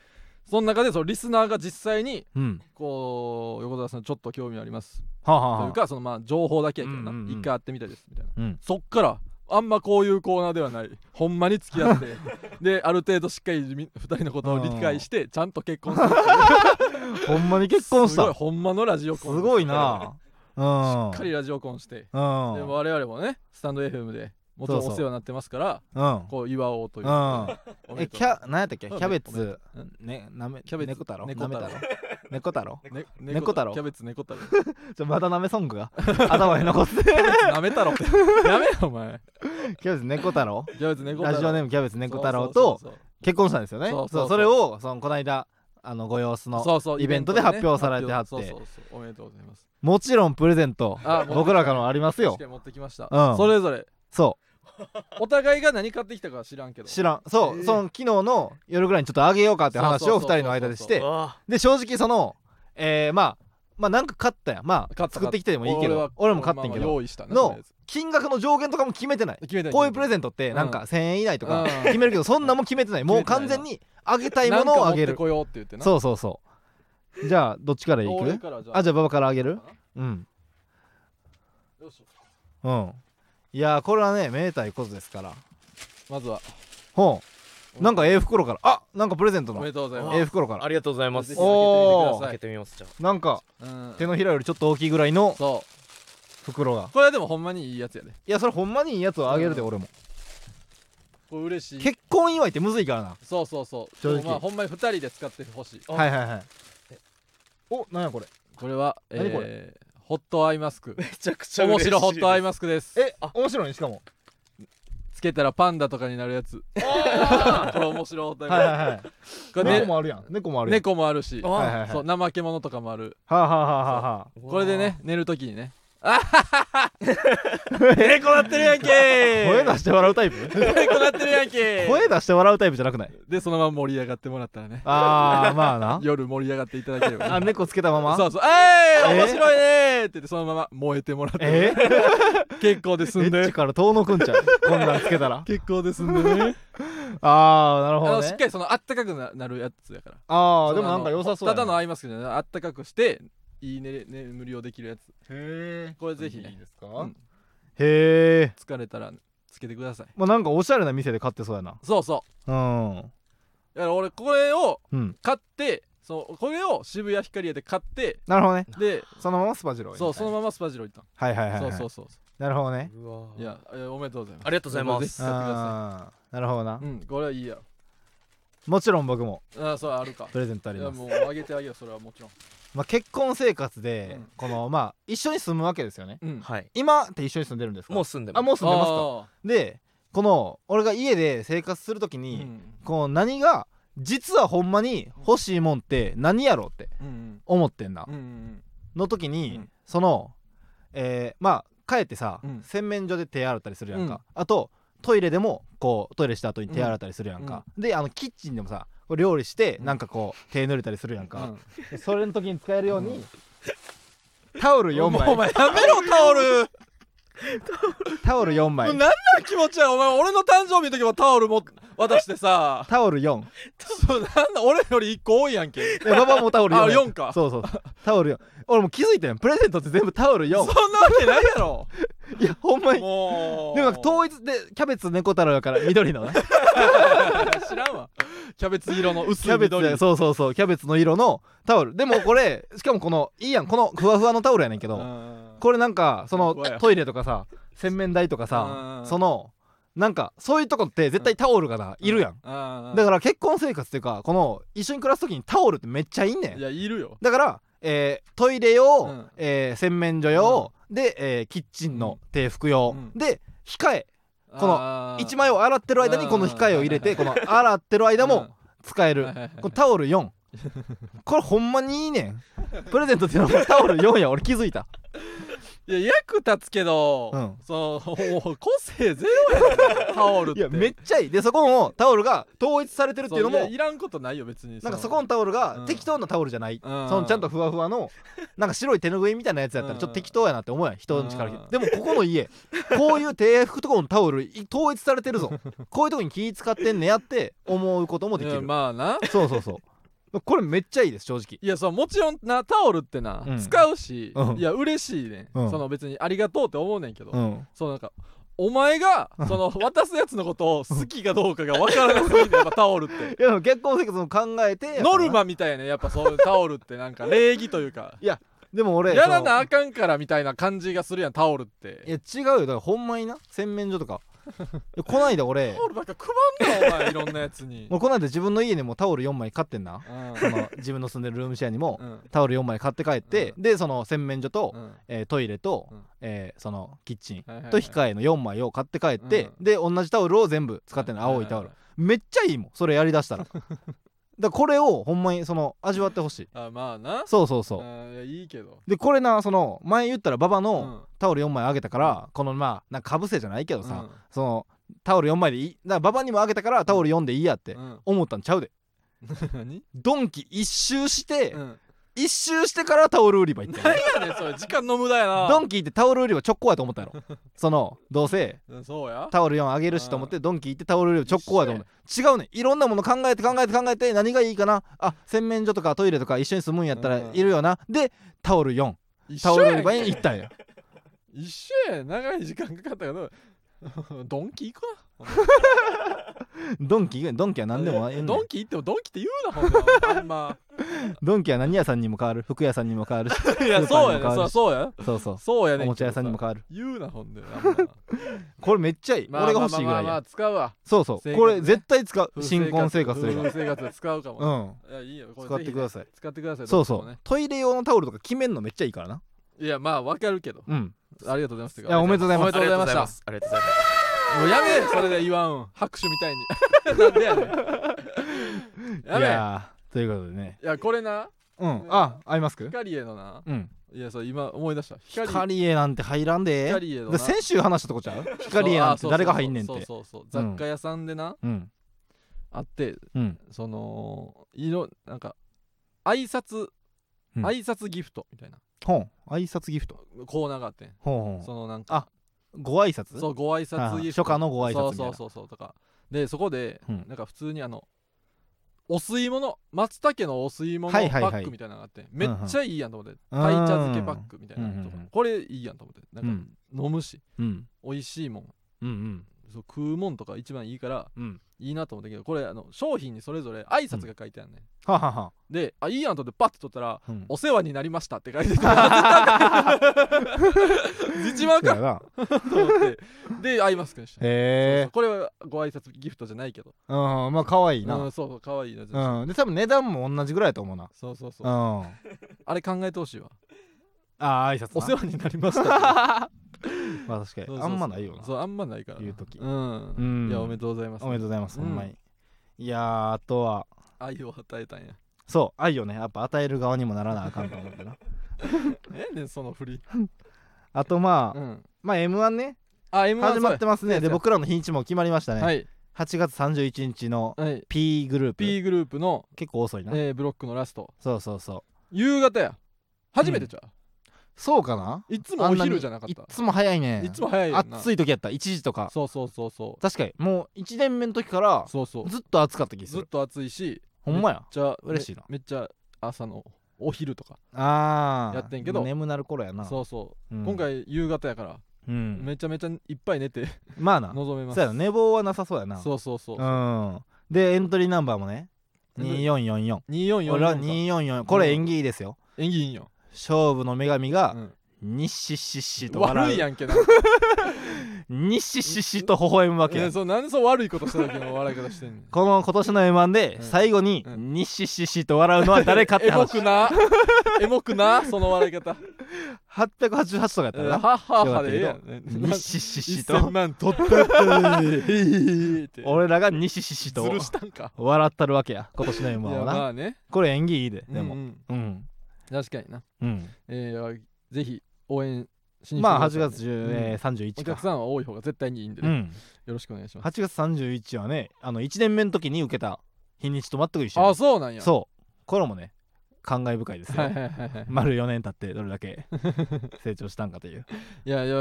[SPEAKER 1] その中でそのリスナーが実際に
[SPEAKER 2] うん
[SPEAKER 1] こう横澤さんちょっと興味あります
[SPEAKER 2] はあはあ
[SPEAKER 1] とい
[SPEAKER 2] は
[SPEAKER 1] うかそのまあ情報だけやけどな、
[SPEAKER 2] うんうんうん
[SPEAKER 1] 一回会ってみたいですみたいな、
[SPEAKER 2] うん
[SPEAKER 1] そっからあんまこういうコーナーではないほんまに付き合って
[SPEAKER 2] *laughs*
[SPEAKER 1] である程度しっかり2人のことを理解してちゃんと結婚するっていう
[SPEAKER 2] あほんまに *laughs* 結婚し
[SPEAKER 1] すごい
[SPEAKER 2] た
[SPEAKER 1] ほんまのラジオ
[SPEAKER 2] す
[SPEAKER 1] コン
[SPEAKER 2] ごいなうん
[SPEAKER 1] しっかりラジオコンして、
[SPEAKER 2] うん
[SPEAKER 1] で我々もねスタンド FM でもちろんお世話になってますから
[SPEAKER 2] うん
[SPEAKER 1] こう祝おうという、
[SPEAKER 2] うん
[SPEAKER 1] おめ
[SPEAKER 2] え
[SPEAKER 1] でと
[SPEAKER 2] キャ何やったっけ
[SPEAKER 1] う
[SPEAKER 2] キ
[SPEAKER 1] ん
[SPEAKER 2] ャベ
[SPEAKER 1] ごめん
[SPEAKER 2] ツねなめ
[SPEAKER 1] キャベツ
[SPEAKER 2] 猫太郎
[SPEAKER 1] 猫
[SPEAKER 2] なめ
[SPEAKER 1] 太郎
[SPEAKER 2] 太郎猫
[SPEAKER 1] *laughs*
[SPEAKER 2] 太郎
[SPEAKER 1] うね
[SPEAKER 2] 猫太郎
[SPEAKER 1] キャベツ猫太郎
[SPEAKER 2] ちょまたなめソングが頭に
[SPEAKER 1] *laughs*
[SPEAKER 2] 残って
[SPEAKER 1] なめ太
[SPEAKER 2] *laughs*
[SPEAKER 1] 郎ってやめろお前
[SPEAKER 2] キャベツ猫太郎
[SPEAKER 1] キャベツ猫太郎
[SPEAKER 2] ラジオネー
[SPEAKER 1] ム
[SPEAKER 2] ムキャベツ猫太郎と
[SPEAKER 1] そうそう
[SPEAKER 2] 結婚したんですよね
[SPEAKER 1] そうそうそう
[SPEAKER 2] そうそれをそのこの間あのご様子
[SPEAKER 1] そう
[SPEAKER 2] の
[SPEAKER 1] そうそう
[SPEAKER 2] イベントで発表されてはって
[SPEAKER 1] そうそうそうおめでとうございます
[SPEAKER 2] もちろんプレゼント
[SPEAKER 1] あ持ってきた
[SPEAKER 2] 僕らからもありますよ
[SPEAKER 1] 確かに持ってきました、
[SPEAKER 2] うん
[SPEAKER 1] それぞれ
[SPEAKER 2] そ
[SPEAKER 1] お互いが何買ってきたかは知らんけ
[SPEAKER 2] う
[SPEAKER 1] ど
[SPEAKER 2] 知らんそう、その昨日の夜ぐらいにちょっとあげようかって話
[SPEAKER 1] そうそ
[SPEAKER 2] を2
[SPEAKER 1] うそうそう
[SPEAKER 2] 人の間でして
[SPEAKER 3] あ
[SPEAKER 2] で正直そのえー、まあまあなんか買ったやんま
[SPEAKER 1] 買
[SPEAKER 2] あ
[SPEAKER 1] った
[SPEAKER 2] 作ってきてでもいいけど
[SPEAKER 1] 俺
[SPEAKER 2] 俺
[SPEAKER 1] は
[SPEAKER 2] も買ってんけ
[SPEAKER 1] まあまあ
[SPEAKER 2] ど
[SPEAKER 1] 用意したな
[SPEAKER 2] の
[SPEAKER 1] とりあえず
[SPEAKER 2] 金額の上限とかも決めてない
[SPEAKER 1] 決めた
[SPEAKER 2] こういうプレ
[SPEAKER 1] ン
[SPEAKER 2] ゼントってなん
[SPEAKER 1] う
[SPEAKER 2] か1000円以内とか
[SPEAKER 1] うん
[SPEAKER 2] 決めるけどそんなんも決めてないもう
[SPEAKER 1] 決めてな
[SPEAKER 2] 完
[SPEAKER 1] い
[SPEAKER 2] 全にあげたいものをあげる
[SPEAKER 1] こようって言ってな
[SPEAKER 2] そうそうそうじゃあどっちからい
[SPEAKER 1] 俺
[SPEAKER 2] く
[SPEAKER 1] からじゃあ
[SPEAKER 2] あじゃあ馬場からあげ
[SPEAKER 1] よ
[SPEAKER 2] るうん
[SPEAKER 1] いしょ
[SPEAKER 2] うんいやーこれはねめでたいことですから
[SPEAKER 1] まずは
[SPEAKER 2] ほうなんか A 袋からあなんかプレゼント
[SPEAKER 1] お
[SPEAKER 2] の
[SPEAKER 1] めでとうございます。
[SPEAKER 2] A 袋から
[SPEAKER 5] ありがとうございます
[SPEAKER 1] ぜひ
[SPEAKER 2] おお
[SPEAKER 1] 開
[SPEAKER 5] 開
[SPEAKER 1] け
[SPEAKER 5] けてみますじゃあ
[SPEAKER 2] なんか
[SPEAKER 1] うん
[SPEAKER 2] 手のひらよりちょっと大きいぐらいの
[SPEAKER 1] そう。
[SPEAKER 2] 袋が
[SPEAKER 1] これはでもほんまにいいやつやで。
[SPEAKER 2] いやそれほんまにいいやつをあげるで
[SPEAKER 1] うん
[SPEAKER 2] 俺も
[SPEAKER 1] これ嬉しい。
[SPEAKER 2] 結婚祝いってむずいからな
[SPEAKER 1] そうそうそう。
[SPEAKER 2] 正直
[SPEAKER 1] でもまあほんまに二人で使ってほしい。
[SPEAKER 2] はいはいはいおなんやこれ
[SPEAKER 1] これは、え
[SPEAKER 2] 何こ
[SPEAKER 1] ー、ホットアイマス
[SPEAKER 2] *laughs*
[SPEAKER 1] ク。
[SPEAKER 5] めちゃくちゃ
[SPEAKER 1] 面
[SPEAKER 5] 嬉しい
[SPEAKER 1] 白ホットアイマスクです。
[SPEAKER 2] え面白いねしかも
[SPEAKER 1] つけたらパンダとかになるやつ。これ面白ホットアイ
[SPEAKER 2] はい
[SPEAKER 1] マ
[SPEAKER 2] はいはい
[SPEAKER 1] スク。これ
[SPEAKER 2] *laughs* 猫
[SPEAKER 1] ね
[SPEAKER 2] もあるやん猫もあるやん
[SPEAKER 1] 猫もあるし、
[SPEAKER 2] はいはいはい
[SPEAKER 1] そう怠け者とかもある。
[SPEAKER 2] はあ、はあはあは
[SPEAKER 5] うわー
[SPEAKER 1] これでね、寝るときにね。あははは猫なってるやんけ
[SPEAKER 2] あ、
[SPEAKER 1] ー
[SPEAKER 2] 声出して笑うタイプ
[SPEAKER 1] 猫なってるやんけー
[SPEAKER 2] 声出して笑うタイプじゃなくない
[SPEAKER 1] で、そのまま盛り上がってもらったらね。
[SPEAKER 2] ああまあな
[SPEAKER 1] 夜盛り上がっていただければね、
[SPEAKER 2] あ猫つけたまま
[SPEAKER 1] そうそう「えー、
[SPEAKER 2] えー
[SPEAKER 1] 面白いね」って言ってそのまま燃えてもらって、
[SPEAKER 2] えー、
[SPEAKER 1] 結構で
[SPEAKER 2] エ
[SPEAKER 1] すん
[SPEAKER 2] ッ
[SPEAKER 1] で
[SPEAKER 2] チから遠のくんちゃうこんなんつけたら
[SPEAKER 1] *laughs* 結構ですん
[SPEAKER 2] *laughs*
[SPEAKER 1] でね
[SPEAKER 2] ああなる
[SPEAKER 1] あ
[SPEAKER 2] ほど
[SPEAKER 1] のしっ
[SPEAKER 2] ね
[SPEAKER 1] かりそのあったかくななるやつやから
[SPEAKER 2] あ
[SPEAKER 1] そ
[SPEAKER 2] あ
[SPEAKER 1] の
[SPEAKER 2] でもなんか良さそうや
[SPEAKER 1] ただ
[SPEAKER 2] な
[SPEAKER 1] のアイマスクじゃないあったかくしていい、ね、眠りをできるやつ
[SPEAKER 2] へえ
[SPEAKER 1] これぜひ
[SPEAKER 2] いい
[SPEAKER 1] ね
[SPEAKER 2] ですか、
[SPEAKER 1] うん
[SPEAKER 2] へえ
[SPEAKER 1] 疲れたらつけてください
[SPEAKER 2] まあなんかおしゃれな店で買ってそうやな
[SPEAKER 1] そうそう
[SPEAKER 2] うん
[SPEAKER 1] だから俺これを
[SPEAKER 2] うん
[SPEAKER 1] 買ってそうこれを渋谷ヒカリエで買って
[SPEAKER 2] なるほどね
[SPEAKER 1] で
[SPEAKER 2] そのままスパジローへ
[SPEAKER 1] そうそのままスパジロ行ったの、
[SPEAKER 2] はいはいはい、はい、
[SPEAKER 1] そうそうそうそ
[SPEAKER 2] なるほどね
[SPEAKER 5] うわ
[SPEAKER 1] ういやえーおめでとうございます
[SPEAKER 5] ありがとうございます
[SPEAKER 1] ぜひ使ってくださ
[SPEAKER 2] あーなるほどない
[SPEAKER 1] うんこれはいいや
[SPEAKER 2] もちろん僕も
[SPEAKER 1] あそうあるか
[SPEAKER 2] プレゼントあ
[SPEAKER 1] い
[SPEAKER 2] り
[SPEAKER 1] や
[SPEAKER 2] ます
[SPEAKER 1] もうあげてあげようそれはもちろん
[SPEAKER 2] まあ、結婚生活で、
[SPEAKER 1] うん
[SPEAKER 2] このまあ一緒に住むわけですよね
[SPEAKER 1] うん
[SPEAKER 5] はい
[SPEAKER 2] 今って一緒に住んでるんですか
[SPEAKER 5] もう住んで
[SPEAKER 2] あ
[SPEAKER 5] ます
[SPEAKER 2] もう住んでますか
[SPEAKER 1] あ
[SPEAKER 2] でこの俺が家で生活するとき
[SPEAKER 1] ー
[SPEAKER 2] に、
[SPEAKER 1] うん
[SPEAKER 2] こう何が実はほんまに欲しいもんって何やろうって
[SPEAKER 1] うん
[SPEAKER 2] 思ってんな、
[SPEAKER 1] うんうん
[SPEAKER 2] の時に、
[SPEAKER 1] うん
[SPEAKER 2] そのえーまあ帰ってさ、
[SPEAKER 1] うん
[SPEAKER 2] 洗面所で手洗ったりするやんか、
[SPEAKER 1] うん
[SPEAKER 2] あとトイレでもこうトイレした後に手洗ったりするやんか、であのキッチンでもさこう料理して
[SPEAKER 1] うん
[SPEAKER 2] なんかこう手濡れたりするやん
[SPEAKER 1] う
[SPEAKER 2] か
[SPEAKER 1] ん、
[SPEAKER 2] それの時に使えるように、タオル4枚
[SPEAKER 1] お前やめろタオルも
[SPEAKER 2] タオル4枚
[SPEAKER 1] う何なん気持ちやお前俺の誕生日の時もタオルも渡して
[SPEAKER 2] *laughs*
[SPEAKER 1] さ
[SPEAKER 2] タオル4
[SPEAKER 1] そうなんだ俺より一個多いやんけ
[SPEAKER 2] でババもタオル4
[SPEAKER 1] あ四か
[SPEAKER 2] そうそうタオル4俺もう気づいたやんプレゼントって全部タオル
[SPEAKER 1] そんな
[SPEAKER 2] 4
[SPEAKER 1] わけないやろ
[SPEAKER 2] いやほんまに
[SPEAKER 1] もう
[SPEAKER 2] でもなんか統一でキャベツ猫太郎やから緑のね
[SPEAKER 1] *laughs* 知らんわキャベツ色の薄
[SPEAKER 2] キャ
[SPEAKER 1] い
[SPEAKER 2] ベツ
[SPEAKER 1] 緑
[SPEAKER 2] でそうそうそうキャベツの色のタオルでもこれ *laughs* しかもこのいいやんこのふわふわのタオルやねんけど
[SPEAKER 1] うん
[SPEAKER 2] これなんかその
[SPEAKER 1] ふわや
[SPEAKER 2] トイレとかさ洗面台とかさ
[SPEAKER 1] うん
[SPEAKER 2] そのなんかそういうとこって絶対タオルがないるやん
[SPEAKER 1] あー
[SPEAKER 2] だから結婚生活っていうかこの一緒に暮らす時にタオルってめっちゃいいねん
[SPEAKER 1] いやいるよ
[SPEAKER 2] だから、えートイレ用、
[SPEAKER 1] うん
[SPEAKER 2] えー洗面所用、で、えーキッチンの定服用、
[SPEAKER 1] うん
[SPEAKER 2] で控えこの
[SPEAKER 1] の
[SPEAKER 2] 1枚を洗ってる間にこの控えを入れてこの洗ってる間も使える、このタオル4これほんまにいいねんプレゼントっていうのはタオル4や俺気づいた
[SPEAKER 1] いや役立つけど、
[SPEAKER 2] うん
[SPEAKER 1] そのもう個性ゼロやんタオルっ
[SPEAKER 2] い
[SPEAKER 1] て
[SPEAKER 2] やめっちゃいいでそこもタオルが統一されてるっていうの
[SPEAKER 1] そ
[SPEAKER 2] も
[SPEAKER 1] やいらんことないよ別に
[SPEAKER 2] なんかそこのタオル
[SPEAKER 1] う
[SPEAKER 2] が
[SPEAKER 1] ん
[SPEAKER 2] 適当なタオルじゃない、
[SPEAKER 1] うん
[SPEAKER 2] そのちゃんとふわふわのなんか白い手ぬぐいみたいなやつやっ
[SPEAKER 1] う
[SPEAKER 2] たら
[SPEAKER 1] ん
[SPEAKER 2] ちょっと適当やなって思うやん人の力
[SPEAKER 1] うん
[SPEAKER 2] でもここの家こういう手拭くとこのタオルい統一され
[SPEAKER 1] *laughs*
[SPEAKER 2] てるぞこういうとこに気使ってんねやって思うこともでき
[SPEAKER 1] いや
[SPEAKER 2] る、
[SPEAKER 1] まあな
[SPEAKER 2] そうそうそうこれめっちゃいいです正直
[SPEAKER 1] いやそうもちろんなタオルってな、
[SPEAKER 2] うん
[SPEAKER 1] 使うし、
[SPEAKER 2] うん
[SPEAKER 1] いや嬉しいね、
[SPEAKER 2] うん
[SPEAKER 1] ん、その別にありがとうって思うねんけど、
[SPEAKER 2] うん
[SPEAKER 1] そうなんかお前がその渡すやつのことを好きかどうかが分からなすぎてやっぱタオルって
[SPEAKER 2] いやでも結婚生活も考えて
[SPEAKER 1] ノルマみたいなやっぱそういうタオルってなんか礼儀というか
[SPEAKER 2] でも俺
[SPEAKER 1] やらな
[SPEAKER 2] *laughs* その
[SPEAKER 1] あかんからみたいな感じがするやんタオルって
[SPEAKER 2] いや違うよだからほんまにな洗面所とか *laughs* いやこないだ俺
[SPEAKER 1] *laughs* タオルばっか配んなお前いろんなやつ
[SPEAKER 2] *laughs*
[SPEAKER 1] に、
[SPEAKER 2] 俺こないだ自分の家にもタオル4枚買ってんな
[SPEAKER 1] うん
[SPEAKER 2] その自分の住んでるルームシェアにも
[SPEAKER 1] うん
[SPEAKER 2] タオル4枚買って帰って、でその洗面所と、
[SPEAKER 1] うん
[SPEAKER 2] えートイレと、
[SPEAKER 1] うん
[SPEAKER 2] えーそのキッチン
[SPEAKER 1] はいはいはい
[SPEAKER 2] と控えの4枚を買って帰って、
[SPEAKER 1] う
[SPEAKER 2] で同じタオルを全部使ってんの青いタオル、めっちゃいいもんそれやり
[SPEAKER 1] *laughs*
[SPEAKER 2] だしたらだからこれをほんまにその味わってほしい
[SPEAKER 1] あまあな
[SPEAKER 2] そうそうそう、
[SPEAKER 1] うんいやいいけど
[SPEAKER 2] でこれなその前言ったら馬場
[SPEAKER 1] う
[SPEAKER 2] の
[SPEAKER 1] ん
[SPEAKER 2] タオル4枚あげたから、このまあなんかかぶせじゃないけどさ、
[SPEAKER 1] うん
[SPEAKER 2] そのタオル4枚でいいだから馬場にもあげたからタオル4でいいやって
[SPEAKER 1] うん
[SPEAKER 2] 思ったんちゃうで
[SPEAKER 1] 何
[SPEAKER 2] ドンキ一周して、
[SPEAKER 1] うん
[SPEAKER 2] 一周してからタオル売り場行ったんや
[SPEAKER 1] *laughs* 何やねんそれ時間の無駄やな
[SPEAKER 2] ドンキ行ってタオル売り場直行やと思ったや
[SPEAKER 1] *laughs*
[SPEAKER 2] ろそのどうせ
[SPEAKER 1] うんそうや
[SPEAKER 2] タオル4あげるしと思ってドンキ行ってタオル売り場直行やと思った違うねんいろんなもの考えて考えて考えて何がいいかなあ洗面所とかトイレとか一緒に住むんやったら
[SPEAKER 1] うん
[SPEAKER 2] いるよなでタオル4
[SPEAKER 1] 一
[SPEAKER 2] タオ
[SPEAKER 1] 緒
[SPEAKER 2] ル
[SPEAKER 1] や
[SPEAKER 2] 売
[SPEAKER 1] ん
[SPEAKER 2] り場に行ったんや
[SPEAKER 1] 一緒やん長い時間かかったけど *laughs* ドンキ行くな
[SPEAKER 2] ドンキ行くドンキは何でもええねん
[SPEAKER 1] ドンキ行ってもドンキって言うなほんまあん
[SPEAKER 2] *laughs*
[SPEAKER 1] ま
[SPEAKER 2] ドンキは何屋さんにも変わる服屋さんにも変
[SPEAKER 1] *laughs*
[SPEAKER 2] わるし
[SPEAKER 1] いやそ
[SPEAKER 2] スーパーに
[SPEAKER 1] う
[SPEAKER 2] も
[SPEAKER 1] や
[SPEAKER 2] 変わ
[SPEAKER 1] ねそう
[SPEAKER 2] るし
[SPEAKER 1] そうや
[SPEAKER 2] そうそう
[SPEAKER 1] そうやね
[SPEAKER 2] おもちゃ屋さんにも変わる
[SPEAKER 1] 言うなほ
[SPEAKER 2] *laughs*
[SPEAKER 1] んであんまな
[SPEAKER 2] これめっちゃいい、
[SPEAKER 1] まあ
[SPEAKER 2] 俺が欲しいぐ
[SPEAKER 1] ま
[SPEAKER 2] ら
[SPEAKER 1] あ
[SPEAKER 2] い
[SPEAKER 1] まあまあ
[SPEAKER 2] や
[SPEAKER 1] 使うわ
[SPEAKER 2] そうそう
[SPEAKER 1] 生活ね
[SPEAKER 2] これ絶対使う
[SPEAKER 1] 夫婦
[SPEAKER 2] 新婚生活という
[SPEAKER 1] 夫
[SPEAKER 2] か
[SPEAKER 1] 婦生活で使うかもね
[SPEAKER 2] うん
[SPEAKER 1] いやいいよこれ
[SPEAKER 2] 使ってください
[SPEAKER 1] ぜひ使ってください
[SPEAKER 2] そう
[SPEAKER 1] ど
[SPEAKER 2] そ
[SPEAKER 1] っちもね
[SPEAKER 2] うトイレ用のタオルとか決めんのめっちゃいいからない
[SPEAKER 1] やまあわかるけど
[SPEAKER 2] うん
[SPEAKER 1] ありがとうございます
[SPEAKER 2] いやおめでとうございます
[SPEAKER 1] おめでとうございました
[SPEAKER 5] ありがとうございます
[SPEAKER 1] もうやめえそれで言わん拍手みたいになんでやねんや
[SPEAKER 2] い
[SPEAKER 1] めえ
[SPEAKER 2] やーということでね
[SPEAKER 1] いやこれな
[SPEAKER 2] うん
[SPEAKER 1] ね
[SPEAKER 2] あアイマスク
[SPEAKER 1] ヒカリエのな
[SPEAKER 2] うん
[SPEAKER 1] いやそう今思い出したヒカリ
[SPEAKER 2] 光栄なんて入らんで
[SPEAKER 1] 光栄のな
[SPEAKER 2] だ先週話したとこちゃう光栄なんて誰が入んねんっ
[SPEAKER 1] そう
[SPEAKER 2] て
[SPEAKER 1] そうそう
[SPEAKER 2] う
[SPEAKER 1] 雑
[SPEAKER 2] ん
[SPEAKER 1] 貨屋さんでな、
[SPEAKER 2] うん
[SPEAKER 1] あって
[SPEAKER 2] うん
[SPEAKER 1] そのいろなんか挨拶、
[SPEAKER 2] うん
[SPEAKER 1] 挨拶ギフトみたいな
[SPEAKER 2] ほん挨拶ギフト
[SPEAKER 1] コーナーがあってん
[SPEAKER 2] ほう
[SPEAKER 1] そ
[SPEAKER 2] ほ
[SPEAKER 1] のなんか
[SPEAKER 2] うご挨拶
[SPEAKER 1] そうご挨
[SPEAKER 2] あ
[SPEAKER 1] 拶ギフト
[SPEAKER 2] 初夏のご挨拶
[SPEAKER 1] そう
[SPEAKER 2] みたい
[SPEAKER 1] そう
[SPEAKER 2] な
[SPEAKER 1] そうそうとかでそこで、
[SPEAKER 2] うん
[SPEAKER 1] なんか普通にあのお吸い物松茸のお吸い物パ
[SPEAKER 2] はいはいはい
[SPEAKER 1] ックみたいなのがあって、めっちゃいいやんと思って
[SPEAKER 2] うん
[SPEAKER 1] 鯛茶漬けパックみたいなのとか、
[SPEAKER 2] うんうん
[SPEAKER 1] これいいやんと思ってな
[SPEAKER 2] うん
[SPEAKER 1] か
[SPEAKER 2] ん
[SPEAKER 1] 飲むし、
[SPEAKER 2] うん
[SPEAKER 1] 美味しいもん
[SPEAKER 2] うんうん
[SPEAKER 1] そう食うもんとか一番いいから
[SPEAKER 2] うん
[SPEAKER 1] いいなと思ったけどこれあの商品にそれぞれ挨拶が書いてあるね、
[SPEAKER 2] ははは
[SPEAKER 1] ん、であいいやんと思ってパッて取ったら
[SPEAKER 2] うん
[SPEAKER 1] お世話になりましたって
[SPEAKER 2] *laughs*
[SPEAKER 1] 書いてた一番あかんと
[SPEAKER 2] そうやな
[SPEAKER 1] 思ってでアイマスクにした、
[SPEAKER 2] へえ
[SPEAKER 1] これはご挨拶ギフトじゃないけど
[SPEAKER 2] うんまあ可愛い
[SPEAKER 1] うん、
[SPEAKER 2] な
[SPEAKER 1] そうそう、かわいいな、
[SPEAKER 2] うんで多分値段も同じぐらいやと思うな
[SPEAKER 1] そうそうそうう。
[SPEAKER 2] んあ
[SPEAKER 1] あれ考えてほしいわ。
[SPEAKER 2] あ挨拶
[SPEAKER 1] お世
[SPEAKER 2] な
[SPEAKER 1] 話になりました。
[SPEAKER 2] *laughs* まあ確か
[SPEAKER 1] そうそう
[SPEAKER 2] に
[SPEAKER 1] そう
[SPEAKER 2] あんまないよな
[SPEAKER 1] そう、あんまないから。
[SPEAKER 2] 言う時
[SPEAKER 1] うん。
[SPEAKER 2] うん
[SPEAKER 1] いや、おめでとうございます。
[SPEAKER 2] おめでとうございます、
[SPEAKER 1] うん
[SPEAKER 2] ほんまにいやーあとは
[SPEAKER 1] 愛を与えたんや。
[SPEAKER 2] そう愛をねやっぱ与える側にもならなあかんと思っ
[SPEAKER 1] *laughs*
[SPEAKER 2] てな
[SPEAKER 1] ええねんその振り。
[SPEAKER 2] あとまあ、
[SPEAKER 1] うん。
[SPEAKER 2] まあ m 1ね
[SPEAKER 1] あ、M
[SPEAKER 2] 始まってますね
[SPEAKER 1] そ
[SPEAKER 2] で
[SPEAKER 1] うや
[SPEAKER 2] 僕らの日にちも決まりましたね、
[SPEAKER 1] はい。
[SPEAKER 2] 8月31日の
[SPEAKER 1] はい。
[SPEAKER 2] P グループ
[SPEAKER 1] P グループの、
[SPEAKER 2] 結構遅いな、
[SPEAKER 1] えーブロックのラスト。
[SPEAKER 2] そうそうそう
[SPEAKER 1] 夕方や。初めてじゃ
[SPEAKER 2] そうかな
[SPEAKER 1] う。いつもお昼じゃなかっ。
[SPEAKER 2] いったつも早いね
[SPEAKER 1] いつも早いよな。
[SPEAKER 2] 暑い時やった1時とか
[SPEAKER 1] そうそうそうそ
[SPEAKER 2] 確かにもう1年目の時から
[SPEAKER 1] う。そうそう。
[SPEAKER 2] ずっと暑かった気す
[SPEAKER 1] ずっ
[SPEAKER 2] る
[SPEAKER 1] と暑いし、
[SPEAKER 2] ほんまや
[SPEAKER 1] じゃあ、
[SPEAKER 2] 嬉しいな
[SPEAKER 1] めめっちゃ朝のお昼とか。
[SPEAKER 2] あー
[SPEAKER 1] やってんけど
[SPEAKER 2] 眠なる頃やな
[SPEAKER 1] そうそうう。
[SPEAKER 2] ん
[SPEAKER 1] 今回夕方やから、
[SPEAKER 2] うん
[SPEAKER 1] めちゃめちゃいっぱい寝て
[SPEAKER 2] まあな
[SPEAKER 1] 望めます
[SPEAKER 2] そうやな寝坊はなさそうやな
[SPEAKER 1] そうそうそう。
[SPEAKER 2] うんでエントリーナンバーもね2444
[SPEAKER 1] 2444
[SPEAKER 2] 俺は
[SPEAKER 1] か
[SPEAKER 2] 244これ演技いいですよ
[SPEAKER 1] 演技いいんよ、
[SPEAKER 2] 勝負の女神が
[SPEAKER 1] うん
[SPEAKER 2] ニッシッシッシと
[SPEAKER 1] 悪
[SPEAKER 2] 笑
[SPEAKER 1] いうやん
[SPEAKER 2] *laughs*
[SPEAKER 1] けなんか
[SPEAKER 2] ニッシッシッシと微笑むわけ
[SPEAKER 1] いや
[SPEAKER 2] よ
[SPEAKER 1] そうなんでそう悪いことした時の笑い方してんねん
[SPEAKER 2] この今年の M1 で
[SPEAKER 1] うん
[SPEAKER 2] 最後に
[SPEAKER 1] うん
[SPEAKER 2] ニッシッシッシと笑うのは誰かっ
[SPEAKER 1] *laughs*
[SPEAKER 2] て
[SPEAKER 1] エモ
[SPEAKER 2] 話
[SPEAKER 1] く
[SPEAKER 2] *laughs*
[SPEAKER 1] なエモくなその笑い方
[SPEAKER 2] 888とかやった
[SPEAKER 1] うん
[SPEAKER 2] ら
[SPEAKER 1] はっ
[SPEAKER 2] な
[SPEAKER 1] はっはでええやん
[SPEAKER 2] ニッシッシッシ
[SPEAKER 1] 1000
[SPEAKER 2] と
[SPEAKER 1] 万取ったったへへへって
[SPEAKER 2] 俺らがニッシッシッシ
[SPEAKER 1] ズル
[SPEAKER 2] と
[SPEAKER 1] したんか
[SPEAKER 2] 笑ったるわけや今年の M1
[SPEAKER 1] いや
[SPEAKER 2] は
[SPEAKER 1] ま
[SPEAKER 2] な
[SPEAKER 1] あね
[SPEAKER 2] これ演技いいで
[SPEAKER 1] で
[SPEAKER 2] で
[SPEAKER 1] も、う
[SPEAKER 2] も
[SPEAKER 1] んうん
[SPEAKER 2] うん
[SPEAKER 1] 確かにな
[SPEAKER 2] うん
[SPEAKER 1] えー、ぜひ応援しに来てくださいね
[SPEAKER 2] まあ8月10、えー
[SPEAKER 1] お
[SPEAKER 2] 31
[SPEAKER 1] 客
[SPEAKER 2] か
[SPEAKER 1] さんは多い方が絶対にいいんで
[SPEAKER 2] う
[SPEAKER 1] ね、よ
[SPEAKER 2] ん
[SPEAKER 1] ろしくお願いします
[SPEAKER 2] 8月31はねあの1年目の時に受けた日にちと全く一緒
[SPEAKER 1] あ
[SPEAKER 2] で
[SPEAKER 1] あそうなんや
[SPEAKER 2] そうこれもね感慨深いですよ、
[SPEAKER 1] はいはいはいはい
[SPEAKER 2] 丸4年経ってどれだけ成長したんかという
[SPEAKER 1] いやいや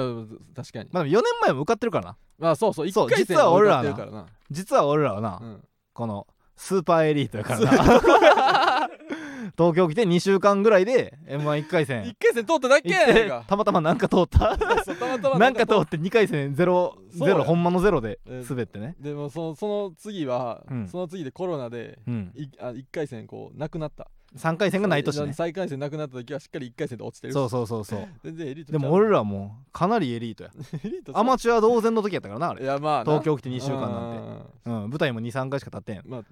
[SPEAKER 1] 確かに
[SPEAKER 2] まあでも4年前も受かってるからな
[SPEAKER 1] まあそうそう一
[SPEAKER 2] そう
[SPEAKER 1] 回
[SPEAKER 2] 実
[SPEAKER 1] 戦
[SPEAKER 2] は俺ら
[SPEAKER 1] っ
[SPEAKER 2] な
[SPEAKER 1] てるからな
[SPEAKER 2] 実は俺らはな、
[SPEAKER 1] うん
[SPEAKER 2] このスーパーエリートやからな *laughs* 東京来て2週間ぐらいで m 1 1回戦
[SPEAKER 1] 一回戦通っただけ
[SPEAKER 2] 行
[SPEAKER 1] や
[SPEAKER 2] っ
[SPEAKER 1] ねん
[SPEAKER 2] て
[SPEAKER 1] か
[SPEAKER 2] たまたまなんか通った
[SPEAKER 1] *laughs* そうたまたま
[SPEAKER 2] なんか通って2回戦ゼロ
[SPEAKER 1] そう
[SPEAKER 2] ゼ
[SPEAKER 1] や
[SPEAKER 2] ロほんまのゼロで
[SPEAKER 1] うん
[SPEAKER 2] 滑ってね
[SPEAKER 1] でもそのその次は、
[SPEAKER 2] うん
[SPEAKER 1] その次でコロナで
[SPEAKER 2] うん
[SPEAKER 1] いあ1回戦こうなくなった
[SPEAKER 2] 3回戦がない年ね
[SPEAKER 1] 再回戦なくなった時はしっかり1回戦で落ちてる
[SPEAKER 2] そうそうそうそう
[SPEAKER 1] 全然エリート
[SPEAKER 2] でも俺らもうかなりエリートやアマ
[SPEAKER 1] ち
[SPEAKER 2] チュア同然の時やったからなあ
[SPEAKER 1] ゃうい
[SPEAKER 2] れ
[SPEAKER 1] やまあ
[SPEAKER 2] 東
[SPEAKER 1] 京
[SPEAKER 2] 京来て2週間なんてうん舞台も23回しか経ってん
[SPEAKER 1] まあ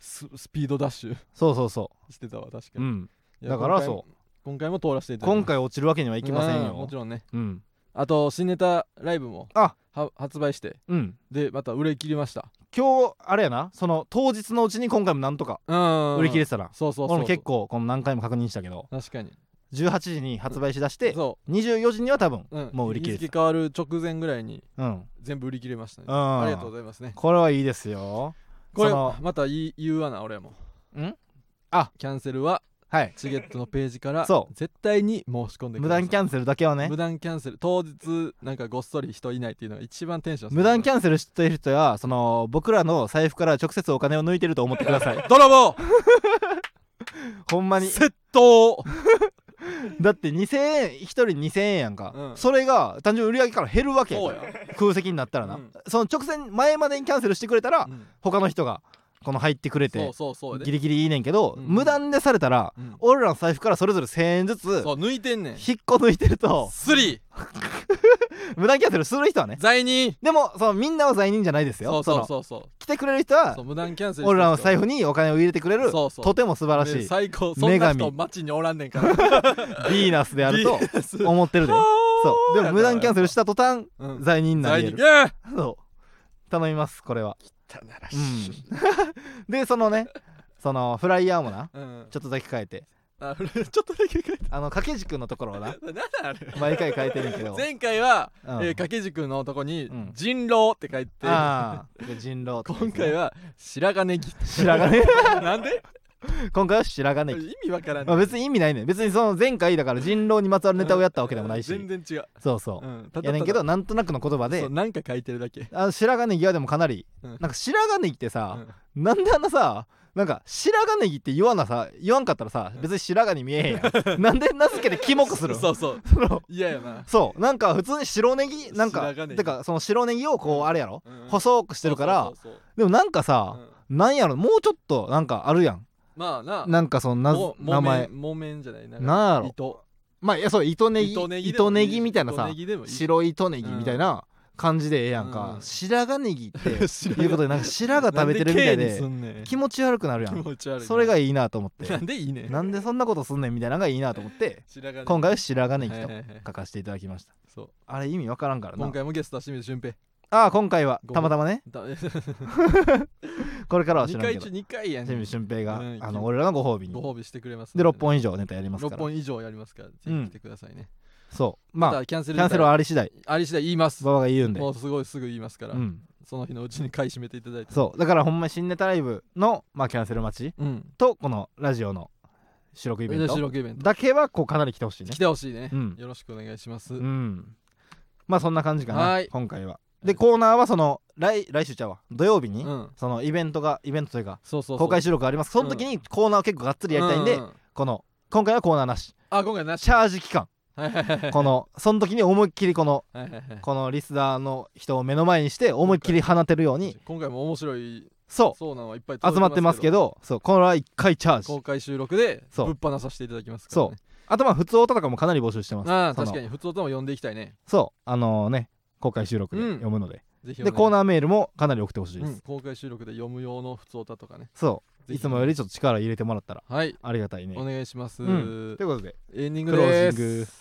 [SPEAKER 1] ススピードダッシュ *laughs*
[SPEAKER 2] そうそうそ
[SPEAKER 1] してたわ確か
[SPEAKER 2] うう
[SPEAKER 1] に、
[SPEAKER 2] ん
[SPEAKER 1] いや
[SPEAKER 2] だからそ
[SPEAKER 1] 今回も今回も通らせていただき
[SPEAKER 2] 今回落ちるわけにはいきません
[SPEAKER 1] うも
[SPEAKER 2] よ
[SPEAKER 1] ちろんね
[SPEAKER 2] うん
[SPEAKER 1] あと新ネタライブも
[SPEAKER 2] あ
[SPEAKER 1] は発売して
[SPEAKER 2] うん
[SPEAKER 1] でまた売れ切りました
[SPEAKER 2] 今日あれやなその当日のうちに今回もなんとか
[SPEAKER 1] うん
[SPEAKER 2] 売り切れてたな
[SPEAKER 1] そうそうそう
[SPEAKER 2] 俺も結構この何回も確認したけど
[SPEAKER 1] 確かに
[SPEAKER 2] 18時に発売しだして
[SPEAKER 1] そ
[SPEAKER 2] 24時には多分
[SPEAKER 1] う、うん、
[SPEAKER 2] もう売り切れ
[SPEAKER 1] 日
[SPEAKER 2] て
[SPEAKER 1] 付変わる直前ぐらいに
[SPEAKER 2] たうん
[SPEAKER 1] 全部売り切れましたね
[SPEAKER 2] うん
[SPEAKER 1] ありがとうございますね
[SPEAKER 2] これはいいですよ
[SPEAKER 1] これ
[SPEAKER 2] その
[SPEAKER 1] また言い言うわな俺も
[SPEAKER 2] ん
[SPEAKER 1] キャンセルは
[SPEAKER 2] はい
[SPEAKER 1] チゲットのページから
[SPEAKER 2] そう
[SPEAKER 1] 絶対に申し込んでく
[SPEAKER 2] 無
[SPEAKER 1] ださい
[SPEAKER 2] 断キャンセルだけはね
[SPEAKER 1] 無断キャンセル当日なんかごっそり人いないっていうのが一番テンション
[SPEAKER 2] 無断キ
[SPEAKER 1] ャン
[SPEAKER 2] ャンセル知ってる人はその僕らの財布から直接お金を抜いてると思ってくださ
[SPEAKER 1] *laughs*
[SPEAKER 2] い
[SPEAKER 1] 泥棒
[SPEAKER 2] ほんまに
[SPEAKER 1] 窃盗
[SPEAKER 2] だって2000円1人2000円やんか、
[SPEAKER 1] うん
[SPEAKER 2] それが単純に売り上げから減るわけや
[SPEAKER 1] そ
[SPEAKER 2] か
[SPEAKER 1] う
[SPEAKER 2] ら
[SPEAKER 1] や、
[SPEAKER 2] 空席になったらな、
[SPEAKER 1] うん
[SPEAKER 2] その直前前までにキャンセルしてくれたら、
[SPEAKER 1] うん
[SPEAKER 2] 他の人がこの入ってくれ
[SPEAKER 1] そ
[SPEAKER 2] て
[SPEAKER 1] うそうそうや
[SPEAKER 2] ギ
[SPEAKER 1] で
[SPEAKER 2] リギリいいねんけど、
[SPEAKER 1] うん
[SPEAKER 2] 無断でされたら、
[SPEAKER 1] うん
[SPEAKER 2] 俺らの財布からそれぞれ1000円ずつ
[SPEAKER 1] そう抜いてんねん
[SPEAKER 2] 引っこ抜いてると
[SPEAKER 1] スリー
[SPEAKER 2] 無断キャンセルする人はね
[SPEAKER 1] 罪人
[SPEAKER 2] でもそのみんなは罪人じゃないですよ
[SPEAKER 1] そうそう
[SPEAKER 2] その
[SPEAKER 1] そうそう
[SPEAKER 2] 来てくれる人は
[SPEAKER 1] そう無断キャンセル
[SPEAKER 2] 俺らの財
[SPEAKER 1] 布
[SPEAKER 2] 布にお金を入れてくれる
[SPEAKER 1] そうそう
[SPEAKER 2] とても素晴らしい
[SPEAKER 1] 最高そん
[SPEAKER 2] 女
[SPEAKER 1] な
[SPEAKER 2] 神
[SPEAKER 1] 人街におらんねん
[SPEAKER 2] *laughs*
[SPEAKER 1] から
[SPEAKER 2] ヴィーナスであると
[SPEAKER 1] DS
[SPEAKER 2] 思って
[SPEAKER 1] *laughs*
[SPEAKER 2] るでそうでも無断キャンセルしたた途端罪人にな
[SPEAKER 1] 罪
[SPEAKER 2] り
[SPEAKER 1] 人
[SPEAKER 2] 得
[SPEAKER 1] い
[SPEAKER 2] る
[SPEAKER 1] やー
[SPEAKER 2] そう頼みますこれは
[SPEAKER 1] 汚ら
[SPEAKER 2] う
[SPEAKER 1] しい
[SPEAKER 2] ん *laughs* でそのねそのフライヤーもな
[SPEAKER 1] うん
[SPEAKER 2] ちょっとだけ変えて
[SPEAKER 1] あちょっとだけ書いて
[SPEAKER 2] あの掛け軸のところをな
[SPEAKER 1] *laughs* 何だあれ
[SPEAKER 2] 毎回変えてるん
[SPEAKER 1] *laughs*
[SPEAKER 2] やけど
[SPEAKER 1] 前回は、
[SPEAKER 2] うん
[SPEAKER 1] えー掛け軸のとこに
[SPEAKER 2] う
[SPEAKER 1] 「
[SPEAKER 2] ん
[SPEAKER 1] 人狼」って書いて、
[SPEAKER 2] ああで人狼とかね
[SPEAKER 1] 今回は「白髪ネギ」
[SPEAKER 2] 白髪ね
[SPEAKER 1] *laughs* なんで
[SPEAKER 2] 今回は白髪
[SPEAKER 1] 意
[SPEAKER 2] ね
[SPEAKER 1] 味わからん
[SPEAKER 2] まあ別に意味ないね別にその前回だから人狼にまつわるネタをやったわけでもないし
[SPEAKER 1] 全然違う、
[SPEAKER 2] そうそう
[SPEAKER 1] うん、ただただ
[SPEAKER 2] やねんけどなんとなくの言葉
[SPEAKER 1] そ
[SPEAKER 2] で
[SPEAKER 1] うなんか書いてるだけ、
[SPEAKER 2] あの白髪ネギはでもかなり
[SPEAKER 1] うん
[SPEAKER 2] なんか白髪ネギってさ、
[SPEAKER 1] うん
[SPEAKER 2] なんであんなさなんか白髪ネギって言わなさ言わんかったらさ別に白髪に見えへんや
[SPEAKER 1] *laughs*
[SPEAKER 2] んなんで名付けてキモくするん
[SPEAKER 1] そうそう
[SPEAKER 2] その
[SPEAKER 1] 嫌やな
[SPEAKER 2] そうなんか普通に白ネギなんか
[SPEAKER 1] 白髪ネギ
[SPEAKER 2] てかその白ネギをこうあれやろ、
[SPEAKER 1] うんうん
[SPEAKER 2] 細くしてるから
[SPEAKER 1] そうそうそう
[SPEAKER 2] でもなん
[SPEAKER 1] そ
[SPEAKER 2] か
[SPEAKER 1] う
[SPEAKER 2] さ、
[SPEAKER 1] うん
[SPEAKER 2] なんやろもうちょっとなんかあるやん
[SPEAKER 1] まあな
[SPEAKER 2] なんかそのな
[SPEAKER 1] も
[SPEAKER 2] 名
[SPEAKER 1] もめ
[SPEAKER 2] 前
[SPEAKER 1] んもめんじゃないなん
[SPEAKER 2] なんやろ
[SPEAKER 1] 糸
[SPEAKER 2] まあいやそう糸ネギ
[SPEAKER 1] 糸ネギでもいい
[SPEAKER 2] 糸ネギみたいなさ
[SPEAKER 1] 糸ネギでもいい
[SPEAKER 2] 白糸ネギみたいな感じでええやんか、
[SPEAKER 1] うん
[SPEAKER 2] 白髪ネギってい
[SPEAKER 1] 白
[SPEAKER 2] う
[SPEAKER 1] *laughs*
[SPEAKER 2] ことでなんか白髪食べてるみたいで
[SPEAKER 1] なんで K にす
[SPEAKER 2] 気
[SPEAKER 1] んねん
[SPEAKER 2] 持ち悪くなるや
[SPEAKER 1] 気
[SPEAKER 2] ん
[SPEAKER 1] 持ち悪い
[SPEAKER 2] それが
[SPEAKER 1] い
[SPEAKER 2] いいなと思って
[SPEAKER 1] なんでいいねん
[SPEAKER 2] なんでそんなことすんねんみたいなのがいいなと思って
[SPEAKER 1] 白髪
[SPEAKER 2] 今回は白髪ネギ
[SPEAKER 1] はい
[SPEAKER 2] と
[SPEAKER 1] はいはい
[SPEAKER 2] 書かせていただきました
[SPEAKER 1] そう
[SPEAKER 2] あれ意味わからんからな
[SPEAKER 1] 今回もゲストは清水俊平
[SPEAKER 2] ああ今回は
[SPEAKER 1] ご
[SPEAKER 2] たまたまね
[SPEAKER 1] だ
[SPEAKER 2] これからは知
[SPEAKER 1] 二
[SPEAKER 2] らん
[SPEAKER 1] 回
[SPEAKER 2] けど
[SPEAKER 1] 中二回や
[SPEAKER 2] 清
[SPEAKER 1] ね
[SPEAKER 2] 水俊平が
[SPEAKER 1] うん
[SPEAKER 2] あの俺らのご褒美に
[SPEAKER 1] ご褒美してくれます
[SPEAKER 2] で
[SPEAKER 1] の
[SPEAKER 2] 6本以上ネタやりますか
[SPEAKER 1] 6
[SPEAKER 2] ら
[SPEAKER 1] 本以上やりますからぜひ来てくださいね
[SPEAKER 2] そう
[SPEAKER 1] ま
[SPEAKER 2] まあ
[SPEAKER 1] たキャンセ
[SPEAKER 2] キ
[SPEAKER 1] ル
[SPEAKER 2] ャンセルは
[SPEAKER 1] あ
[SPEAKER 2] あり次第
[SPEAKER 1] あり次第言います
[SPEAKER 2] 馬場が言うんで
[SPEAKER 1] もうすごいすぐ言いますから
[SPEAKER 2] うん
[SPEAKER 1] その日のうちに買い占めていただいて
[SPEAKER 2] そうだからほんまに新ネタライブのまあキャンセル待ち
[SPEAKER 1] うん
[SPEAKER 2] とこのラジオの収録イベン
[SPEAKER 1] 収
[SPEAKER 2] ト
[SPEAKER 1] 録イベント
[SPEAKER 2] だけはこうかなり来てほしいね
[SPEAKER 1] 来てほしいね
[SPEAKER 2] うん
[SPEAKER 1] よろしくお願いします
[SPEAKER 2] うんまあそんな感じか
[SPEAKER 1] は
[SPEAKER 2] ない今回はでコーナーはその来来週ちゃうわ土曜日に
[SPEAKER 1] うん
[SPEAKER 2] そのイベントがイベントというか
[SPEAKER 1] そうそうそう
[SPEAKER 2] 公開収録がありますその時にコーナーを結構がっつりやりたいんで
[SPEAKER 1] うう
[SPEAKER 2] この今回はコーナーなし
[SPEAKER 1] あ今回なし
[SPEAKER 2] チャージ期間
[SPEAKER 1] はいはいはい
[SPEAKER 2] このその時に思いっきりこの
[SPEAKER 1] はいはいはい
[SPEAKER 2] このリスナーの人を目の前にして思いっきり放てるように
[SPEAKER 1] 今回も面白い
[SPEAKER 2] そ
[SPEAKER 1] そうなのはいっぱいう届い
[SPEAKER 2] 集まってますけどそうこれは1回チャー
[SPEAKER 1] 公
[SPEAKER 2] ジ
[SPEAKER 1] 開収録で
[SPEAKER 2] そ
[SPEAKER 1] ぶ
[SPEAKER 2] う
[SPEAKER 1] っ放させていただきますから
[SPEAKER 2] そ
[SPEAKER 1] ね
[SPEAKER 2] うあとまあ普通オタとかもかなり募集してます
[SPEAKER 1] ああ
[SPEAKER 2] その
[SPEAKER 1] 確かに普通とも呼んでいきたいね
[SPEAKER 2] そうあのね公開収録で読むので、
[SPEAKER 1] ぜひ
[SPEAKER 2] でコー
[SPEAKER 1] ー
[SPEAKER 2] ナーメールもかなり送ってほしいです、
[SPEAKER 1] うん公開収録で読む用の普通歌とかね
[SPEAKER 2] そう
[SPEAKER 1] ぜひ
[SPEAKER 2] いつもよりちょっと力入れてもらったら
[SPEAKER 1] はい
[SPEAKER 2] ありがたいね
[SPEAKER 1] お願いします、
[SPEAKER 2] うんということで
[SPEAKER 1] エンディン
[SPEAKER 2] ク
[SPEAKER 1] グ
[SPEAKER 2] ロー
[SPEAKER 1] で
[SPEAKER 2] ジング
[SPEAKER 1] す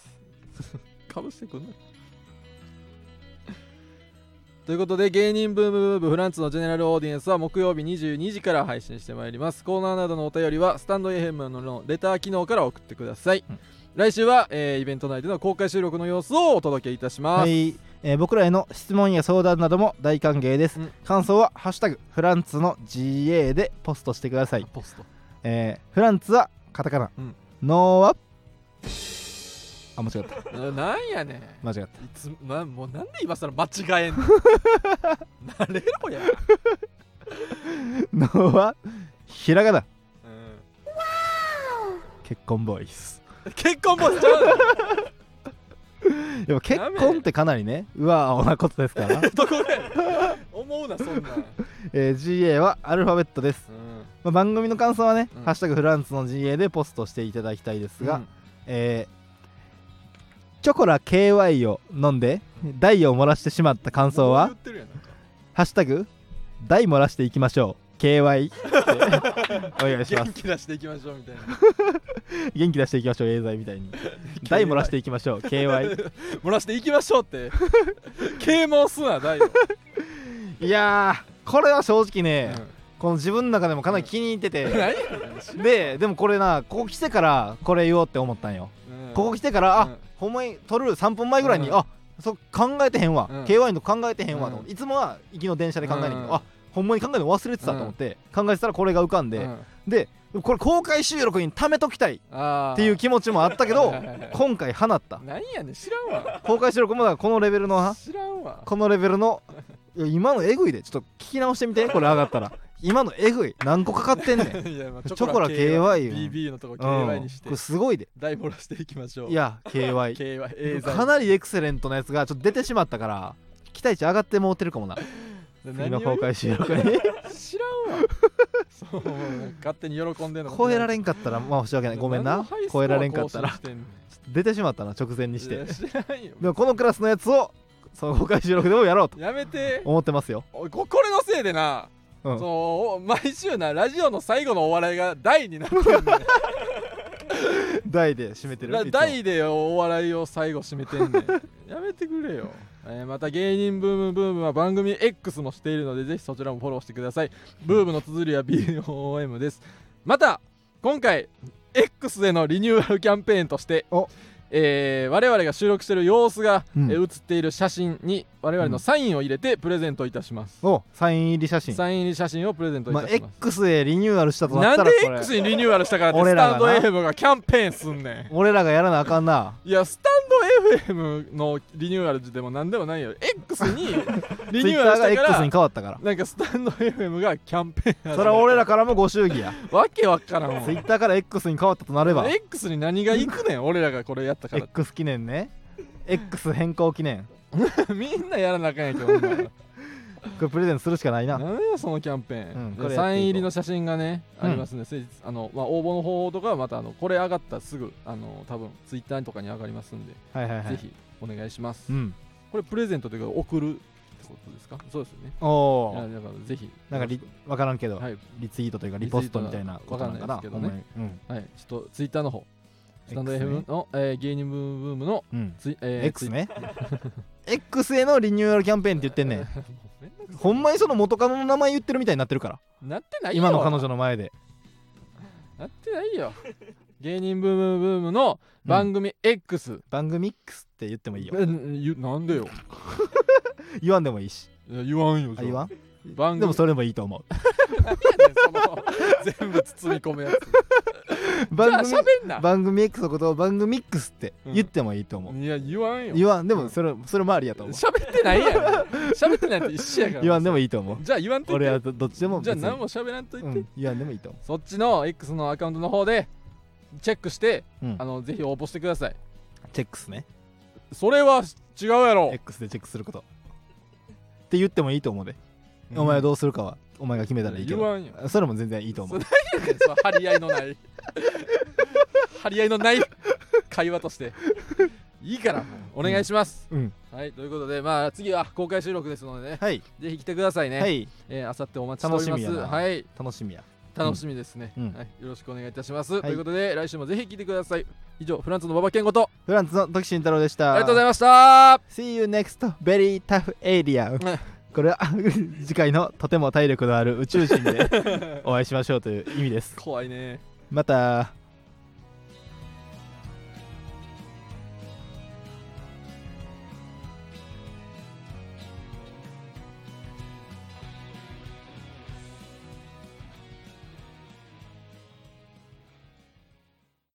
[SPEAKER 1] かぶしてくんない *laughs* ということで芸人ブームブームブーフランツのジェネラルオーディエンスは木曜日22時から配信してまいりますコーナーなどのお便りはスタンド FM のレター機能から送ってください、
[SPEAKER 2] うん
[SPEAKER 1] 来週は、えーイベント内での公開収録の様子をお届けいたします、
[SPEAKER 2] はい、えー僕らへの質問や相談なども大歓迎です、
[SPEAKER 1] うん
[SPEAKER 2] 感想は「ハッシュタグフランツの GA」でポストしてください、
[SPEAKER 1] ポスト
[SPEAKER 2] えーフランツはカタカナ、
[SPEAKER 1] うん
[SPEAKER 2] ノーはあ間違った
[SPEAKER 1] あ *laughs* なんやねん
[SPEAKER 2] 間
[SPEAKER 1] *laughs*
[SPEAKER 2] 違った
[SPEAKER 1] いつまもうなんで今更間違 *laughs* えんのなれろや、
[SPEAKER 2] ノーはひらがな
[SPEAKER 1] うん
[SPEAKER 2] 結婚ボイス
[SPEAKER 1] 結婚もしちゃうの
[SPEAKER 2] でも結婚ってかなりねうわおなことで
[SPEAKER 1] *laughs*
[SPEAKER 2] すから、
[SPEAKER 1] どこで思うなそんなん、
[SPEAKER 2] えー GA はアルファベットです、
[SPEAKER 1] うん
[SPEAKER 2] まあ、番組の感想はね「
[SPEAKER 1] うん
[SPEAKER 2] ハッシュタグフランツの GA」でポストしていただきたいですが、
[SPEAKER 1] うん
[SPEAKER 2] えーチョコラ KY を飲んで大を漏らしてしまった感想
[SPEAKER 1] もう
[SPEAKER 2] は
[SPEAKER 1] 言ってるやんなんか
[SPEAKER 2] 「ハッシュタグ大漏らしていきましょう KY」ってお願いしま
[SPEAKER 1] 元
[SPEAKER 2] す
[SPEAKER 1] 気出していきましょうみたいな
[SPEAKER 2] 元気出していきましょうエーザイみたいに大漏らしていきましょう KY
[SPEAKER 1] 漏らしていきましょうって *laughs* 啓蒙すな大を、
[SPEAKER 2] いやーこれは正直
[SPEAKER 1] うん
[SPEAKER 2] ね、この自分の中でもかなり気に入ってて、
[SPEAKER 1] 何や
[SPEAKER 2] ででもこれなここ来てからこれ言おうって思ったんよ、
[SPEAKER 1] うん
[SPEAKER 2] ここ来てからあ、
[SPEAKER 1] うん
[SPEAKER 2] ほんまに撮る3分前ぐらいに、
[SPEAKER 1] うん
[SPEAKER 2] あそ考えてへんわ、
[SPEAKER 1] うん
[SPEAKER 2] KY の考えてへんわ
[SPEAKER 1] うん
[SPEAKER 2] と思って、いつもは行きの電車で考えないけ
[SPEAKER 1] う
[SPEAKER 2] ど、
[SPEAKER 1] ん
[SPEAKER 2] あほんまに考えるの忘れてたと思って、考えてたらこれが浮かんで、
[SPEAKER 1] うん
[SPEAKER 2] でこれ公開収録に貯めときたいっ
[SPEAKER 1] あー
[SPEAKER 2] ていう気持ちもあったけど
[SPEAKER 1] はいはいはい
[SPEAKER 2] 今回放った
[SPEAKER 1] 何やねん知らんわ
[SPEAKER 2] 公開収録もだからこのレベルのな
[SPEAKER 1] 知らんわ
[SPEAKER 2] このレベルのいや今のえぐいでちょっと聞き直してみてこれ上がったら今のえぐい何個かかってんねん、うん、
[SPEAKER 1] いやまあ
[SPEAKER 2] チョコラ KY よ
[SPEAKER 1] BB のとこ KY にして
[SPEAKER 2] これすごいで
[SPEAKER 1] 大漏らしていきましょう
[SPEAKER 2] いや KY
[SPEAKER 1] KY エーザイ
[SPEAKER 2] かなりエクセレントなやつがちょっと出てしまったから期待値上がってもうてるかもな次
[SPEAKER 1] 何
[SPEAKER 2] の
[SPEAKER 1] を言
[SPEAKER 2] 公
[SPEAKER 1] う
[SPEAKER 2] 開収
[SPEAKER 1] *laughs*
[SPEAKER 2] 録に
[SPEAKER 1] 知らんわそう勝手に喜んでんの
[SPEAKER 2] 超えられ
[SPEAKER 1] ん
[SPEAKER 2] んかったらまあ申し訳ないごめんな超えられんかったら出てしまったな直前にして
[SPEAKER 1] 知らんよ
[SPEAKER 2] でもこのクラスのやつをその公開収録でもやろうと
[SPEAKER 1] やめて
[SPEAKER 2] 思ってますよ
[SPEAKER 1] おいここれのせいでな、
[SPEAKER 2] うん
[SPEAKER 1] そう毎週なラジオの最後のお笑いが大になってるんだよ
[SPEAKER 2] 大で締めて
[SPEAKER 1] *laughs*
[SPEAKER 2] る
[SPEAKER 1] ない
[SPEAKER 2] つも
[SPEAKER 1] 大でお笑いを最後締めてんねん *laughs* やめてくれよ、えーまた芸人ブームブームは番組 X もしているのでぜひそちらもフォローしてくださいブームの綴りは BOM ですまた今回 X でのリニューアルキャンペーンとして
[SPEAKER 2] お、
[SPEAKER 1] えー我々が収録している様子が、
[SPEAKER 2] うん
[SPEAKER 1] えー写っている写真に我々のサインを入れてプレゼントいたします、
[SPEAKER 2] おサイン入り写真
[SPEAKER 1] サイン入り写真をプレゼントい
[SPEAKER 2] ま
[SPEAKER 1] た
[SPEAKER 2] あ
[SPEAKER 1] します、
[SPEAKER 2] X でリニューアルしたとな
[SPEAKER 1] な
[SPEAKER 2] った
[SPEAKER 1] ん
[SPEAKER 2] ら
[SPEAKER 1] で
[SPEAKER 2] これ
[SPEAKER 1] X にリニューアルしたからって
[SPEAKER 2] 俺
[SPEAKER 1] スタ
[SPEAKER 2] らが
[SPEAKER 1] ン
[SPEAKER 2] な
[SPEAKER 1] ド FM がキャンペーンすんねん
[SPEAKER 2] 俺らがやらなあかんない
[SPEAKER 1] やスタンド FM のリニューアルでも何でもないよ X にリニューア
[SPEAKER 2] Twitter が
[SPEAKER 1] ルしたか
[SPEAKER 2] X
[SPEAKER 1] ら
[SPEAKER 2] に変わったから
[SPEAKER 1] なんかスタンド FM がキャンペーン
[SPEAKER 2] それは俺らからもご祝儀や
[SPEAKER 1] わけわからんわ
[SPEAKER 2] Twitter から X に変わったとなれば
[SPEAKER 1] X に何がいくねん俺らがこれやったから
[SPEAKER 2] X 記念ね X 変更記念
[SPEAKER 1] みんなやらなあかんやけどほんなら
[SPEAKER 2] これプレゼントするしかないな
[SPEAKER 1] なんやそのキャンペー
[SPEAKER 2] うん
[SPEAKER 1] ン、
[SPEAKER 2] これやっていこう
[SPEAKER 1] サイン入りの写真がね、
[SPEAKER 2] うん
[SPEAKER 1] ありますね先日あの、まあ、応募の方法とかはまたあのこれ上がったらすぐあの多分ツイッターとかに上がりますんで、
[SPEAKER 2] はいはいはい
[SPEAKER 1] ぜひお願いします、
[SPEAKER 2] うん
[SPEAKER 1] これプレゼントというか送るってことですかそうですよね
[SPEAKER 2] お
[SPEAKER 1] いや
[SPEAKER 2] お
[SPEAKER 1] だからぜひ
[SPEAKER 2] なんかリ分からんけど、
[SPEAKER 1] はい、
[SPEAKER 2] リツイートというかリポストみたいなことなんかな
[SPEAKER 1] リツイートはわかんない
[SPEAKER 2] ほんまに
[SPEAKER 1] はい、ちょっとツイッターの方スタンド
[SPEAKER 2] X ね
[SPEAKER 1] FM の、えー芸人ブームブームの
[SPEAKER 2] うん、うん
[SPEAKER 1] ツイ、えー、
[SPEAKER 2] X ね *laughs* X へのリニューアルキャンペーンって言ってんねん
[SPEAKER 1] ツイ
[SPEAKER 2] ほんまにその元カノの名前言ってるみたいになってるから
[SPEAKER 1] *laughs* なってないよ
[SPEAKER 2] 今の彼女の前で
[SPEAKER 1] なってないよ芸人ブームブームの番組 X、
[SPEAKER 2] 番組 X って言ってもいいよ
[SPEAKER 1] えんゆなんでよ
[SPEAKER 2] 言わんでもいいし
[SPEAKER 1] いや言わんよじゃ
[SPEAKER 2] あ言わん
[SPEAKER 1] 番組
[SPEAKER 2] でもそれでもいいと思
[SPEAKER 1] *laughs*
[SPEAKER 2] う
[SPEAKER 1] その *laughs* 全部包み込むやつじゃあ
[SPEAKER 2] *laughs* 番組
[SPEAKER 1] 喋んな
[SPEAKER 2] 番組 X のことを番組 X って言ってもいいと思う、
[SPEAKER 1] いや言わんよ
[SPEAKER 2] 言わんでもそれそれもありやと思う
[SPEAKER 1] 喋ってないやん喋ってないって一緒やから
[SPEAKER 2] 言わんでもいいと思う
[SPEAKER 1] じゃあ言わんといて
[SPEAKER 2] 俺はどどっちでも
[SPEAKER 1] じゃあ
[SPEAKER 2] 別に
[SPEAKER 1] 何も喋らんといて、
[SPEAKER 2] うん、言わんでもいいと思
[SPEAKER 1] そっちの X のアカウントの方でチェックして、
[SPEAKER 2] う、うん
[SPEAKER 1] あ、のぜひ応募してください
[SPEAKER 2] チェックスね
[SPEAKER 1] それは違うやろ
[SPEAKER 2] X でチェックすることって言ってもいいと思うで、お前はどうするかはお前が決めたらいいけ
[SPEAKER 1] 言
[SPEAKER 2] ど
[SPEAKER 1] わんよ
[SPEAKER 2] それも全然いいと思う
[SPEAKER 1] それその張り合いのない張り合いのない会話としていいからもうお願いします、
[SPEAKER 2] うん
[SPEAKER 1] はいということでまあ次は公開収録ですのでね
[SPEAKER 2] はい
[SPEAKER 1] ぜひ来てくださいね、
[SPEAKER 2] はい
[SPEAKER 1] えー、あさってお待ちしております
[SPEAKER 2] 楽しみやな
[SPEAKER 1] はい
[SPEAKER 2] 楽しみや
[SPEAKER 1] 楽しみですね、
[SPEAKER 2] うん
[SPEAKER 1] はい、よろしくお願いいたします、
[SPEAKER 2] い
[SPEAKER 1] ということで来週もぜひ聞いてください以上フランスの馬場健吾と
[SPEAKER 2] フランツの時慎太郎でした
[SPEAKER 1] ありがとうございました
[SPEAKER 2] See you next very tough area
[SPEAKER 1] *laughs*
[SPEAKER 2] これは *laughs* 次回のとても体力のある宇宙人でお会いしましょうという意味です
[SPEAKER 1] 怖いね
[SPEAKER 2] また